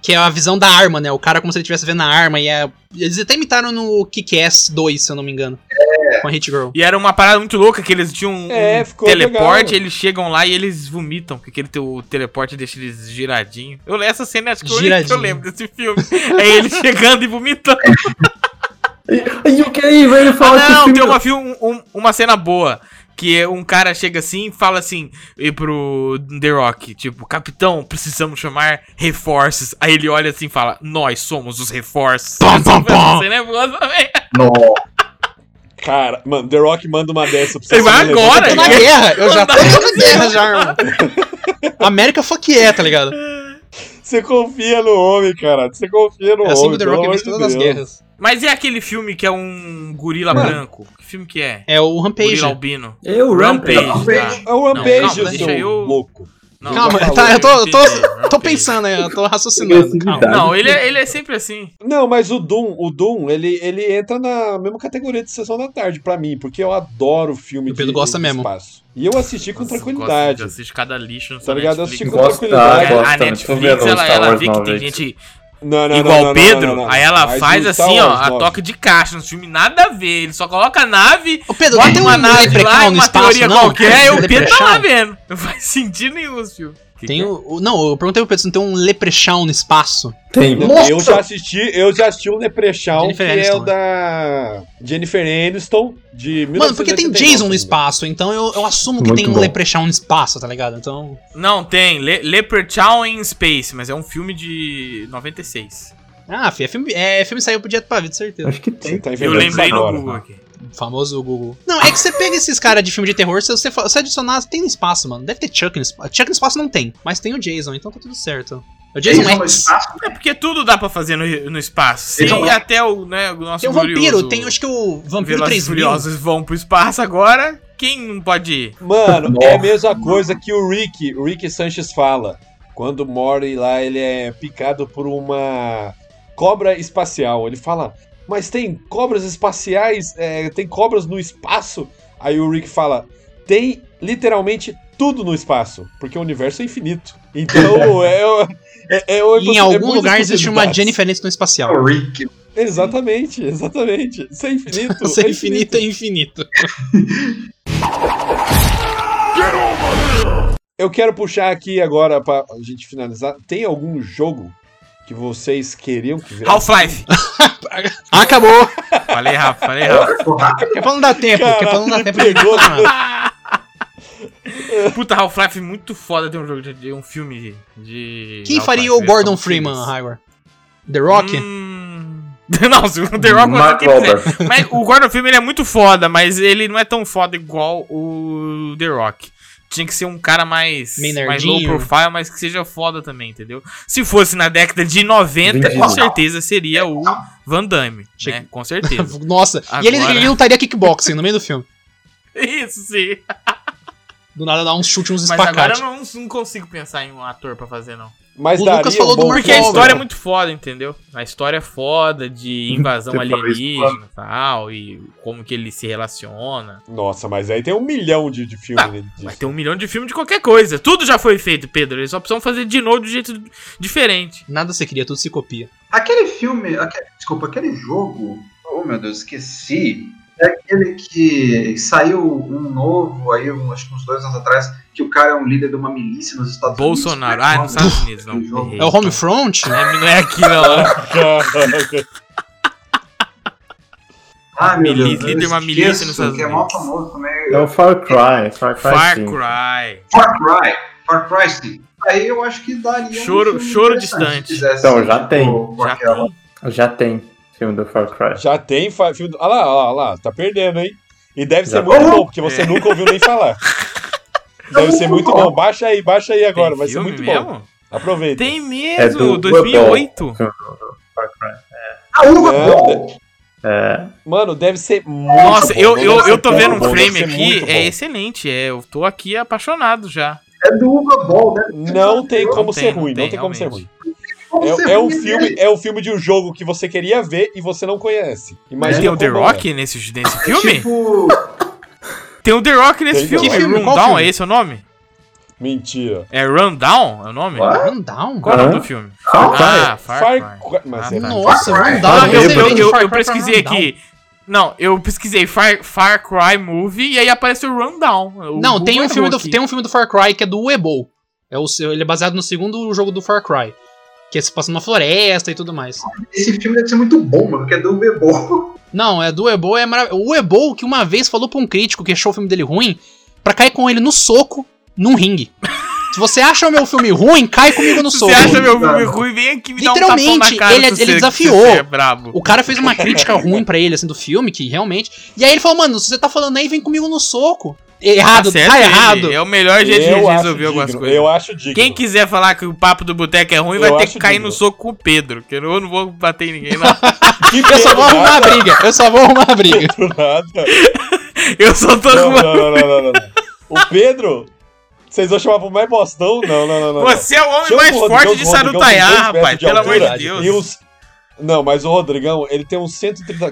S4: Que é a visão da arma, né? O cara como se ele estivesse vendo a arma. E é- eles até imitaram no Kick-Ass 2, se eu não me engano. Com a Hit Girl.
S1: E era uma parada muito louca que eles tinham um
S2: É, ficou
S1: teleporte,
S2: legal.
S1: eles chegam lá e eles vomitam, porque aquele teu teleporte deixa eles giradinho. Eu, essa cena acho que é a única que eu
S4: Giradinho.
S1: lembro desse filme. é ele chegando e vomitando.
S3: E o que aí, velho? Fala
S1: Ah, não,
S3: que o
S1: tem
S3: filme...
S1: uma, fi- um- um- uma cena boa. Que é um cara chega assim e fala assim e pro The Rock, tipo, capitão, precisamos chamar reforços. Aí ele olha assim e fala, nós somos os reforços.
S4: Pam, pam, pam.
S1: Essa cena é boa também.
S2: Cara, mano, The Rock manda uma dessa pra você.
S1: Ele vai
S2: você não
S1: agora,
S4: Tô na
S2: levanta.
S1: né?
S4: É, guerra! Eu já tô na guerra já, irmão. América fuck é, tá ligado?
S2: Você confia no homem, cara. Você confia no
S4: É
S2: homem.
S4: assim que o The
S2: pelo
S4: Rock
S2: amor
S4: vence
S2: de
S4: todas as
S2: Deus.
S4: guerras.
S1: Mas é aquele filme que é um gorila
S2: Mano.
S1: branco? Que filme que é?
S4: É o
S1: Gorila
S4: Rampage.
S1: albino.
S3: Eu,
S1: Rampage.
S5: Rampage.
S1: tá.
S2: É o
S1: Não,
S2: Rampage,
S1: calma,
S2: seu
S1: deixa eu-
S2: louco.
S1: Não,
S4: Calma,
S1: já
S4: tá,
S1: falou.
S4: eu tô- eu tô-
S1: Rampage,
S4: Tô
S1: Rampage.
S4: pensando, né? eu tô raciocinando. Calma.
S1: Não, ele é, ele é sempre assim.
S2: Não, mas o Doom, o Doom, ele, ele entra na mesma categoria de Sessão da Tarde pra mim, porque eu adoro filme
S4: O Pedro
S2: de,
S4: gosta
S2: de
S4: mesmo.
S2: espaço. E eu assisti com
S1: Nossa,
S2: tranquilidade.
S1: Eu gosto de assistir cada lixo nessa
S2: Tá ligado? Eu
S1: Netflix.
S2: assisti com
S3: Gosta,
S2: tranquilidade.
S3: gosta.
S1: A
S3: Tipo,
S1: Netflix,
S3: vendo
S1: ela,
S3: Star
S1: ela
S3: Wars
S1: vê que
S3: nova
S1: tem
S3: vez.
S1: gente
S2: Não, não,
S1: igual
S2: não, não,
S1: Pedro,
S2: não, não, não.
S1: aí ela
S2: Mas
S1: faz
S2: o Star
S1: assim, ó,
S2: Wars,
S1: a
S2: não.
S1: toque de caixa. No filme nada a ver, ele só coloca a nave,
S4: Ô Pedro, não
S1: bota
S4: tem
S1: uma
S4: uma
S1: nave lá,
S4: leprecal no
S1: uma
S4: um espaço,
S1: teoria
S4: não? um
S1: qualquer, e o Pedro tá lá
S4: Leprechaun?
S1: vendo. Não faz sentido nenhum esse filme. Que
S4: Tem
S1: que- é?
S4: o, o- não, eu perguntei pro Pedro se não tem um leprechaun no espaço.
S3: Tem.
S2: Eu já assisti, eu já assisti o Leprechaun, que
S4: Jennifer
S2: é o
S4: Aniston, né?
S2: da Jennifer Aniston, de
S4: Mano, porque tem
S2: 1989,
S4: Jason no
S2: né?
S4: espaço, então eu, eu assumo que
S3: Muito
S4: tem um
S3: bom.
S4: leprechaun no espaço, tá ligado? Então.
S1: Não, tem Le Leprechaun in Space, mas é um filme de 96.
S4: Ah, fi, é filme, é filme saiu pro Dieta pra Vida, certeza.
S3: Acho que
S2: Você
S3: tem.
S2: tá
S1: Eu
S2: inventando
S1: lembrei
S2: isso
S1: no
S2: agora.
S3: né?
S1: Google aqui.
S4: O famoso Google. Não, é que você pega esses caras de filme de terror, se você fa- se adicionar, tem no espaço, mano. Deve ter Chuck no espaço. Chuck no espaço não tem, mas tem o Jason, então tá tudo certo. É O Jason,
S5: Jason no
S4: X.
S5: espaço?
S1: É porque tudo dá pra fazer no, no espaço. Sem
S5: Então,
S1: ir até o, né, o nosso
S4: Tem o vampiro,
S1: glorioso-
S4: tem acho que o Vampiro
S1: Velozes e
S4: 3000.
S1: Furiosos vão pro espaço agora. Quem não pode ir?
S2: Mano, é a mesma coisa que o Rick, o Rick Sanchez fala. Quando morre lá, ele é picado por uma cobra espacial. Ele fala, mas tem cobras espaciais, é, tem cobras no espaço? Aí o Rick fala, tem literalmente tudo no espaço, porque o universo é infinito. Então é, é, é, é
S4: E em algum
S2: muitas
S4: lugar existe uma
S2: possibilidades.
S4: Jennifer Aniston
S5: É
S4: espacial.
S5: o Rick.
S2: Exatamente, exatamente. Isso é infinito.
S4: Você
S2: é
S4: é infinito é infinito.
S2: Eu quero puxar aqui agora pra gente finalizar. Tem algum jogo que vocês queriam que virasse?
S1: Half-Life.
S4: Acabou!
S1: Falei rápido, falei rápido.
S5: né?
S4: Que é pra não dar tempo, que é pra não dar tempo de
S2: pegou.
S4: falar.
S1: Puta, Half-Life muito foda ter um jogo de- de um filme de.
S4: Quem
S1: Half-Life,
S4: faria o
S1: né?
S4: Gordon
S1: Como
S4: Freeman,
S1: filmes.
S4: Highward? The Rock?
S1: Hum... Não, se o The Rock
S3: Mark
S1: quem quiser.
S3: Wahlberg.
S1: Mas o Gordon Freeman ele é muito foda, mas ele não é tão foda igual o The Rock. Tinha que ser um cara mais,
S4: Meio
S1: mais low
S4: nerdinho.
S1: profile, mas que seja foda também, entendeu? Se fosse na década de 90,
S3: Entendi.
S1: com certeza seria o Van Damme, né? Com certeza.
S4: Nossa, e ele,
S1: Agora.
S4: ele lutaria kickboxing no meio do filme.
S1: Isso sim.
S4: Do nada dá uns chute, uns
S1: Mas agora eu
S4: espacates.
S1: não, não consigo pensar em um ator pra fazer, não.
S2: Mas
S4: O
S2: daria
S4: Lucas falou
S2: um bom
S4: do Mark
S1: Porque a
S4: Foda.
S1: história é muito foda, entendeu? A história é foda de invasão
S3: Você falou isso,
S1: alienígena e tal, e como que ele se relaciona.
S2: Nossa, mas aí tem um milhão de, de filmes.
S1: Ah,
S2: né, de-
S1: Vai ter um milhão de filmes de qualquer coisa. Tudo já foi feito, Pedro. Eles só precisam fazer de novo de um jeito diferente.
S4: Nada se cria, tudo se copia.
S5: Aquele filme, aque- desculpa, aquele jogo, oh meu Deus, esqueci. É aquele que saiu um novo aí, um- acho que uns dois anos atrás, que o cara é um líder de uma milícia nos Estados
S1: Bolsonaro.
S5: Unidos.
S1: Ah, nos Estados Unidos, não.
S5: Aquele jogo.
S1: Errei.
S4: É o Homefront?
S1: Não é, não é aqui, não.
S5: Ah, meu
S1: Mili-
S5: Deus, eu
S1: líder de uma
S5: esqueço,
S1: milícia nos Estados
S5: que é mó
S1: Unidos.
S5: famoso também.
S3: É o Far Cry, Far Cry.
S1: Far
S3: 5.
S1: Cry.
S5: Far Cry. Far Cry, sim. Aí eu acho que daria. um
S1: Choro-
S5: filme
S1: choro
S5: interessante
S1: distante.
S5: se fizesse,
S3: Então, já tem.
S5: com
S1: Já
S2: um.
S5: aquela-
S1: tem.
S3: Já tem filme do Far Cry.
S2: Já tem fa- filme. do- Olha lá, olha lá, olha lá, tá perdendo, hein? E deve
S3: Já
S2: ser muito
S5: tem.
S2: bom, porque você
S1: É.
S2: nunca ouviu nem falar.
S5: Não,
S2: Deve ser muito
S5: não.
S2: bom. Baixa aí, baixa aí agora,
S1: Tem
S2: vai ser
S1: filme
S2: muito bom.
S1: mesmo?
S2: Aproveita.
S1: Tem
S3: É
S1: mesmo.
S3: do
S1: 2008.
S3: Filme do- do Far Cry.
S5: Ah, o Uga
S2: É,
S5: Ball!
S3: É,
S2: Mano, deve ser muito
S1: Nossa,
S2: bom,
S1: eu,
S2: deve
S1: eu,
S2: ser
S1: eu tô
S2: tão
S1: vendo um
S2: bom, deve
S1: frame
S2: ser
S1: aqui.
S2: muito
S1: É
S2: bom.
S1: excelente. É, eu tô aqui apaixonado já.
S5: É do Uga Ball, né? Então,
S2: Não tem
S1: Não
S2: como
S1: tem,
S2: ser
S1: não
S2: ruim, não
S1: tem,
S2: tem, como ser ruim.
S1: realmente.
S2: É, é um filme,
S5: dele.
S2: é um filme de um jogo que você queria ver e você não conhece.
S1: Mas
S2: Imagina
S1: tem o The
S2: como é.
S1: Rock nesse, nesse
S5: É
S1: filme?
S5: Tipo,
S1: Tem o The Rock nesse
S2: Tem The
S1: filme.
S2: Rock.
S4: Que filme? Qual
S1: Rundown,
S4: filme?
S1: é esse o nome?
S2: Mentira.
S1: É Rundown? É o nome?
S5: What?
S4: Rundown?
S1: Qual é o nome
S3: Hã?
S1: do filme?
S3: Far Cry.
S1: Ah,
S2: Far Cry. Mas
S1: Ah,
S2: é
S1: tá.
S4: Nossa,
S5: Far
S1: Ah,
S5: Cry.
S4: Rundown.
S3: Far
S1: eu,
S3: Cry.
S1: eu, eu,
S4: Far
S1: eu
S4: Cry pra
S1: pesquisei
S4: Rundown.
S1: aqui. Não, eu pesquisei Far, Far Cry Movie e aí apareceu Rundown. O
S4: Não,
S1: Google
S4: tem um,
S1: errou
S4: filme do,
S1: aqui.
S4: tem um filme do Far Cry que é do Uebol. É o, seu- ele é baseado no segundo jogo do Far Cry. Que é se passa numa floresta e tudo mais.
S5: esse filme deve ser muito bom, mano, que é do Uga Ball.
S4: Não, é do Uebol, é maravilhoso. O Uebol que uma vez falou pra um crítico que achou o filme dele ruim, pra cair com ele no soco, num ringue. Se você acha o meu filme ruim, cai comigo no
S1: Se
S4: soco.
S1: você acha meu filme ruim, vem aqui me dar um tapão na
S4: um Literalmente,
S1: cara.
S4: ele-
S1: se você-
S4: ele
S1: se
S4: desafiou.
S1: Você é brabo.
S4: O cara fez uma crítica ruim pra ele, assim, do filme, que realmente. E aí ele falou, mano, se você tá falando aí, vem comigo no soco. Errado,
S1: Tá
S4: tá,
S1: certo, ele.
S4: errado.
S1: É o melhor jeito de
S2: eu acho
S1: resolver algumas
S2: digno,
S1: coisas.
S2: Eu acho digno.
S1: Quem quiser falar que o papo do boteco é ruim, vai
S2: Eu
S1: ter
S2: acho
S1: que cair
S2: digno.
S1: no soco com o Pedro, que eu não vou bater em ninguém lá.
S2: Que
S4: Eu só
S2: pena,
S4: vou arrumar a briga, eu só vou arrumar a briga.
S2: do nada.
S1: Eu só tô
S2: Não,
S1: arrumando.
S2: não, não, não, não, não. O Pedro? Vocês vão chamar pro mais bostão? Não, não, não, não. não.
S1: Você é o homem
S2: Chama
S1: mais
S2: o Rodrigão,
S1: forte de
S2: que o Rodrigão tem dois
S1: Sarutaiá,
S2: metros
S1: rapaz.
S2: de
S1: Pelo amor
S2: altura
S1: de Deus.
S2: E os... Não, mas o Rodrigão, ele tem uns 130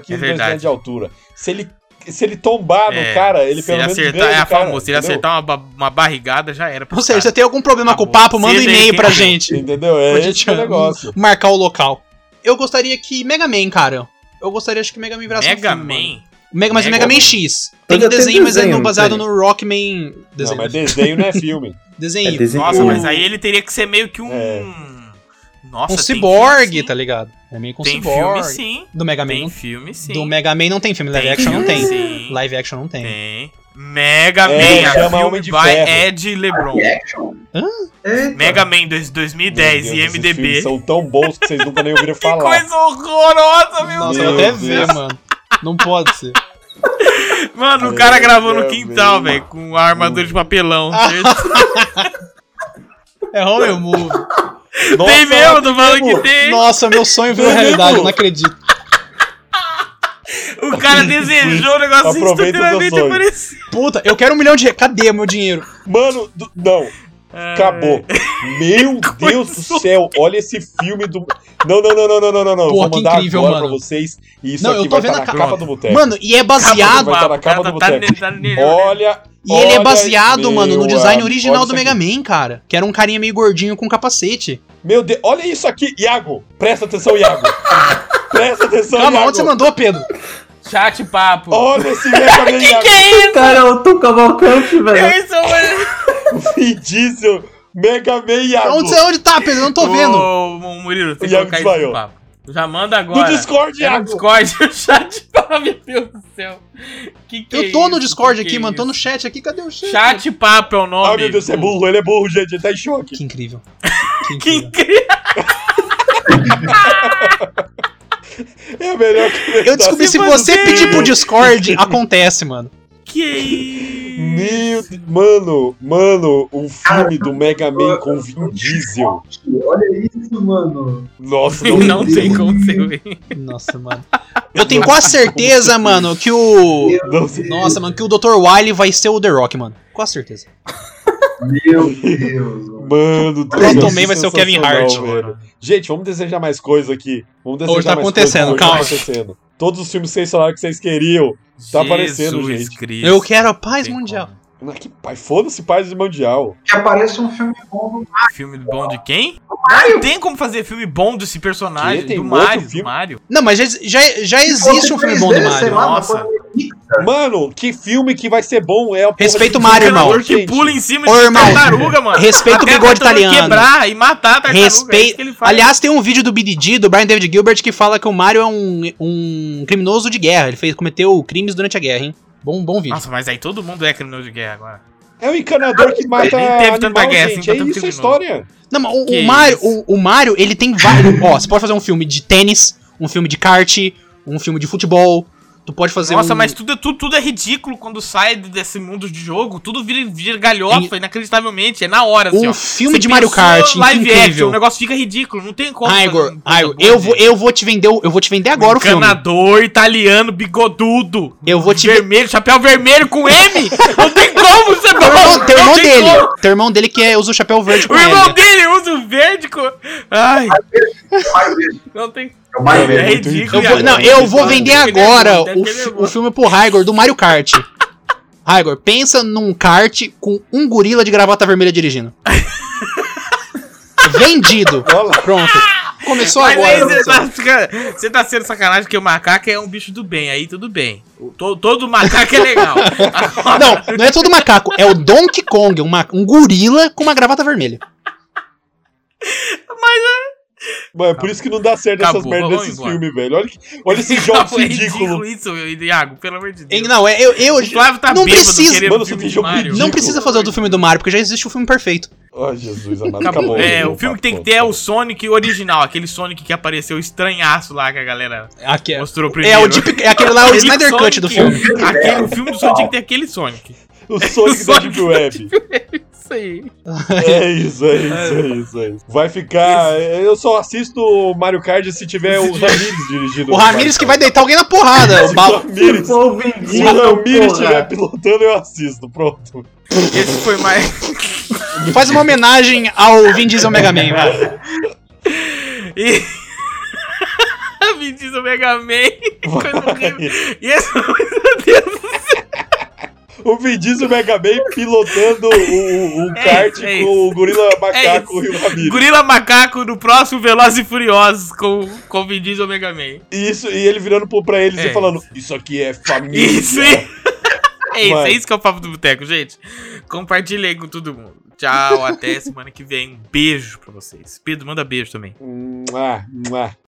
S1: É
S2: quilos e dois
S1: verdade.
S2: metros de altura. Se ele, se ele tombar
S1: É,
S2: no cara, ele
S1: Se
S2: pelo
S1: ele
S2: menos
S1: acertar,
S2: ganha
S1: é a
S2: do cara,
S1: famosa. Se ele
S2: entendeu?
S1: acertar uma, ba- uma barrigada, já era. pro
S4: Ou seja,
S1: cara.
S4: você tem algum problema com o papo, manda um
S1: Seja aí
S4: e-mail
S1: quem
S4: pra
S1: for.
S4: gente.
S2: Entendeu? É
S4: Pra
S2: esse
S4: gente
S2: o negócio.
S4: marcar o local. Eu gostaria que Mega Man, cara. Eu gostaria acho que Mega Man virasse um
S1: Mega
S4: filme, mano.
S1: Man.
S4: Mega, mas é
S1: Mega
S4: Mega, Mega
S1: Man.
S4: Man X. Tem
S3: Ainda
S4: o
S3: tem
S4: desenho, mas é
S3: desenho,
S4: no-
S3: não
S4: baseado
S3: tem?
S4: no Rockman. Desenho.
S2: Não, mas desenho não é filme.
S3: é
S4: desenho.
S3: desenho.
S1: Nossa,
S4: O-
S1: mas aí ele teria que ser meio que um.
S2: É.
S1: Nossa,
S4: um
S1: tem
S4: ciborgue,
S1: filme,
S4: tá ligado? É meio com
S1: sim. Tem
S4: ciborgue.
S1: filme sim.
S4: Do Mega Man.
S1: Tem
S4: não-
S1: filme sim.
S4: Do Mega Man não tem filme, live action não tem.
S1: filme, Sim.
S4: Live action não tem.
S1: Tem. Mega
S2: É,
S1: Man, a
S2: chama
S1: filme
S2: Homem de
S1: by
S2: Ferro.
S1: Ed LeBron.
S5: Action.
S4: Hã?
S5: É,
S1: Mega Man dois- 2010
S2: Meu
S1: e
S2: Deus, esses filmes
S1: MDB.
S2: São tão bons que vocês nunca nem ouviram
S1: Que
S2: falar.
S1: coisa horrorosa, meu
S4: Nossa, eu
S2: Meu
S4: vou até
S2: Deus.
S4: ver, mano. Não pode ser.
S1: Mano, o
S2: É,
S1: cara gravou no
S2: Mega
S1: quintal,
S2: Man.
S1: velho, com a armadura de papelão.
S4: É Home Move.
S2: Nossa,
S1: tem mesmo, tô falando que
S2: Memo.
S1: tem.
S4: Nossa, meu sonho virou
S2: Meu
S4: realidade, eu
S2: Deus.
S4: não acredito.
S1: O cara desejou o negócio assim,
S2: Aproveita o seu
S1: instantaneamente
S2: sonho.
S1: apareceu.
S4: Puta, eu quero um milhão de reais. Cadê meu dinheiro?
S2: Mano, do- não, acabou.
S4: É.
S2: Meu Deus do céu, olha esse filme do. Não, não, não, não, não, não, não, não. Eu
S4: Porra,
S2: Vou
S4: que
S2: mandar
S4: incrível,
S2: agora
S4: mano.
S2: pra vocês. E isso
S4: Não, eu
S2: aqui
S4: tô
S2: vai estar
S4: vendo
S2: na
S4: a
S1: capa.
S2: capa do boteco.
S4: Mano, e é
S1: Acabou,
S4: baseado.
S2: vai estar na
S1: o
S2: capa
S1: cara
S2: do
S1: tá- tá
S2: boteco.
S1: ne- tá ne-
S2: Olha.
S4: E ele é
S2: olha-
S4: baseado,
S2: meu
S4: mano, no design
S2: amigo,
S4: original
S2: olha
S4: do
S2: isso
S4: Mega
S2: aqui.
S4: Man, cara. Que era um carinha meio gordinho com capacete.
S2: Meu Deus, olha isso aqui, Iago. Presta atenção, Iago. Presta atenção,
S4: Calma,
S2: Iago.
S4: onde você mandou, Pedro?
S1: Chat papo.
S2: Olha esse mega
S1: que
S2: meio
S1: que é isso?
S3: Cara, eu tô cavalcante, velho.
S1: Que isso, mano?
S2: Vin Diesel, Mega Man e Iago.
S4: Onde, você- onde tá, Pedro? Eu não tô vendo.
S1: Ô, Mu- Murilo, tem que
S2: Iago
S1: colocar isso no
S2: desmaiou.
S1: papo. Já manda
S2: No
S1: agora.
S2: Discord,
S1: É no
S2: Iago.
S1: Discord, o chat papo, meu Deus do céu. Que que
S4: Eu
S1: é
S4: tô no
S1: isso?
S4: Discord
S1: Que que
S4: aqui,
S1: é
S4: mano. Tô
S1: isso?
S4: no chat aqui. Cadê o chat?
S1: Chat papo é o nome.
S2: Ai, meu Deus, você é burro. Ele é burro, gente. Ele tá em choque.
S4: Que incrível. Que
S1: Que
S4: incrível.
S1: incrível.
S2: É a melhor coisa.
S4: Eu descobri se
S1: Mas
S4: você
S1: que-
S4: pedir pro Discord, acontece, mano.
S1: Que é isso?
S2: Meu Deus, mano, mano, um filme do Mega Man com Vin Diesel.
S5: tipo, Olha isso, mano.
S2: Nossa,
S1: Não,
S2: não
S1: tem como ser ruim.
S4: Nossa, mano. Eu tenho quase certeza, mano, que o.
S2: Não sei.
S4: Nossa, mano, que o Dr. Wily vai ser o The Rock, mano. Com certeza.
S5: Meu Deus. mano.
S2: Mano, do
S4: Phantom
S2: céu,
S4: Man vai ser o Kevin
S2: sensacional,
S4: Hart.
S2: velho. Gente, vamos desejar mais coisa aqui. Vamos desejar
S4: Hoje tá
S2: mais
S4: acontecendo,
S2: coisa.
S4: calma.
S2: Hoje tá acontecendo. Todos os filmes sensacionais que vocês queriam. Tá aparecendo,
S1: Jesus
S2: gente.
S1: Cristo.
S4: Eu quero a paz
S1: Tem
S4: mundial.
S1: como.
S2: Ah, Que pai, foda-se, paz de mundial.
S5: Que apareça um filme bom do
S1: Filme bom de quem?
S5: Mario.
S1: Não tem como fazer filme bom desse personagem,
S2: Que? Tem
S1: do
S2: outro
S1: Mario, do
S2: filme?
S1: Mario.
S4: Não, mas já, já, já existe um filme bom do
S5: 3D, sei
S4: Mario.
S5: lá, uma
S1: Nossa.
S5: coisa-
S2: Mano, que filme que vai ser bom é a porra
S4: Respeita
S2: de
S4: o Mario,
S2: filme
S4: irmão.
S2: ganhador,
S1: que
S2: gente.
S1: pula em cima
S4: Ô,
S1: de
S4: irmão,
S1: tartaruga, mano.
S4: respeita o
S1: Até a
S4: bigode
S1: tartaruga
S4: italiano.
S1: quebrar e matar a tartaruga.
S4: Respeita-
S1: é isso que ele faz.
S4: Aliás, tem um vídeo do BDD, do Brian David Gilbert, que fala que o Mario é um, um criminoso de guerra. Ele fez, cometeu crimes durante a guerra, hein? Bom, bom vídeo.
S1: Nossa, mas aí todo mundo é criminoso de guerra agora.
S2: É o encanador que mata
S1: Nem teve tanta
S2: animal,
S1: guerra,
S2: gente.
S4: tá
S1: assim,
S2: É
S1: tanto
S2: isso a
S1: criminoso.
S2: história.
S4: Não, mas o,
S1: Ah, Que
S4: o Mario,
S1: isso?
S4: o, o Mario, ele tem vários. Ó, você pode fazer um filme de tênis, um filme de kart, um filme de futebol. Tu pode fazer
S1: Nossa,
S4: um...
S1: mas tudo, é- tudo, tudo é ridículo quando sai desse mundo de jogo. Tudo vira, vira galhofa, inacreditavelmente. É na hora, assim,
S4: um
S1: ó.
S4: filme
S1: Você
S4: de Mario
S1: pensou
S4: Kart
S1: live action, o
S4: incrível.
S1: negócio fica ridículo, não tem como.
S4: Ah,
S1: fazer
S4: Igor,
S1: um
S4: ah,
S1: coisa
S4: Igor,
S1: boa
S4: eu
S1: de-
S4: vou, eu vou te vender, o- eu vou te vender agora o filme.
S1: Encanador italiano, bigodudo.
S4: Eu vou te ver-
S1: Vermelho, chapéu vermelho com M. não tem como você
S4: Teu irmão, teu
S1: não
S4: um irmão
S1: tem
S4: dele,
S1: como.
S4: teu irmão dele que é, usa o chapéu verde com
S1: O irmão
S4: ele.
S1: dele usa o verde com... Ai,
S5: Mario mesmo.
S1: não tem...
S5: É o Mario
S2: É,
S1: É
S5: mesmo.
S2: muito
S1: ridículo.
S4: Eu vou,
S1: Iago.
S4: não, eu vou vender
S1: Deve ter
S4: agora
S1: nervoso,
S4: o,
S1: deve ter
S4: fi- o
S1: nervoso.
S4: filme pro Raigor do Mario Kart. Raigor, pensa num kart com um gorila de gravata vermelha dirigindo. Vendido. Pronto. Começou
S1: Mas aí
S4: agora.
S1: você
S4: produção.
S1: tá, fica- você tá sendo sacanagem porque o macaco é um bicho do bem, aí tudo bem. O- to- todo macaco é legal. Agora,
S4: Não, não é todo macaco, é o Donkey Kong, um, ma- um gorila com uma gravata vermelha.
S2: Mano, é por isso que não dá certo essas
S1: Acabou,
S2: merdas
S1: vamos
S2: desses
S1: embora.
S2: filmes, velho. Olha, que, olha esses
S1: não,
S2: jogos
S1: é
S2: ridículos.
S1: isso, Iago, pelo amor de
S4: Em-
S1: Deus.
S4: Não, é eu, eu
S1: O Flávio tá
S4: não
S1: bêbado
S4: precisa-
S1: querendo
S2: Mano, você
S1: filme
S2: tem
S1: de
S2: jogo
S1: Mario.
S4: não
S2: ridículo.
S4: precisa fazer outro filme do Mario, porque já existe o filme perfeito.
S2: Ai, Jesus, amado.
S1: Acabou.
S2: Acabou.
S1: É, o filme que tem que ter é o Sonic original, aquele Sonic que apareceu estranhaço lá que a galera
S4: Aqui é.
S1: mostrou
S4: É,
S1: primeiro.
S4: o Deep, é aquele lá, o
S1: Aquele
S4: Snyder
S1: Sonic-
S4: Cut do filme.
S1: Aquele, o filme do Sonic tinha que ter aquele Sonic.
S2: O Sonic da Deep Web.
S1: Isso aí.
S2: É isso, é isso, é isso, é isso. Vai ficar. é, Eu só assisto o Mario Kart se tiver o Ramirez dirigindo.
S4: O Ramirez que vai deitar alguém na porrada. O
S2: Se o
S4: Bal-
S2: Ramirez,
S3: Se for o
S2: se
S3: Vindinho,
S2: o Ramirez
S3: porra.
S2: estiver pilotando, eu assisto. Pronto.
S1: Esse foi mais.
S4: Faz uma homenagem ao Vin Diesel Mega Man. vai.
S1: E. Me diz o Mega Man. Coisa horrível. E esse. Meu Deus.
S2: O Vin Diesel e o Mega Man pilotando o, o- o kart
S1: isso, é
S2: com o gorila macaco
S1: É
S2: e o Ramirez.
S1: Gorila Macaco no próximo Velozes e Furiosos com, com Vin Diesel e Mega Man.
S2: E, isso, e ele virando pro- pra eles
S1: É
S2: e falando: Isso aqui é família.
S1: Isso aí. É isso,
S2: Mano.
S1: é isso que é o Papo do Boteco, gente. Compartilhei com todo mundo. Tchau, até semana que vem. Um beijo pra vocês. Pedro, manda beijo também.
S2: Mua, mua.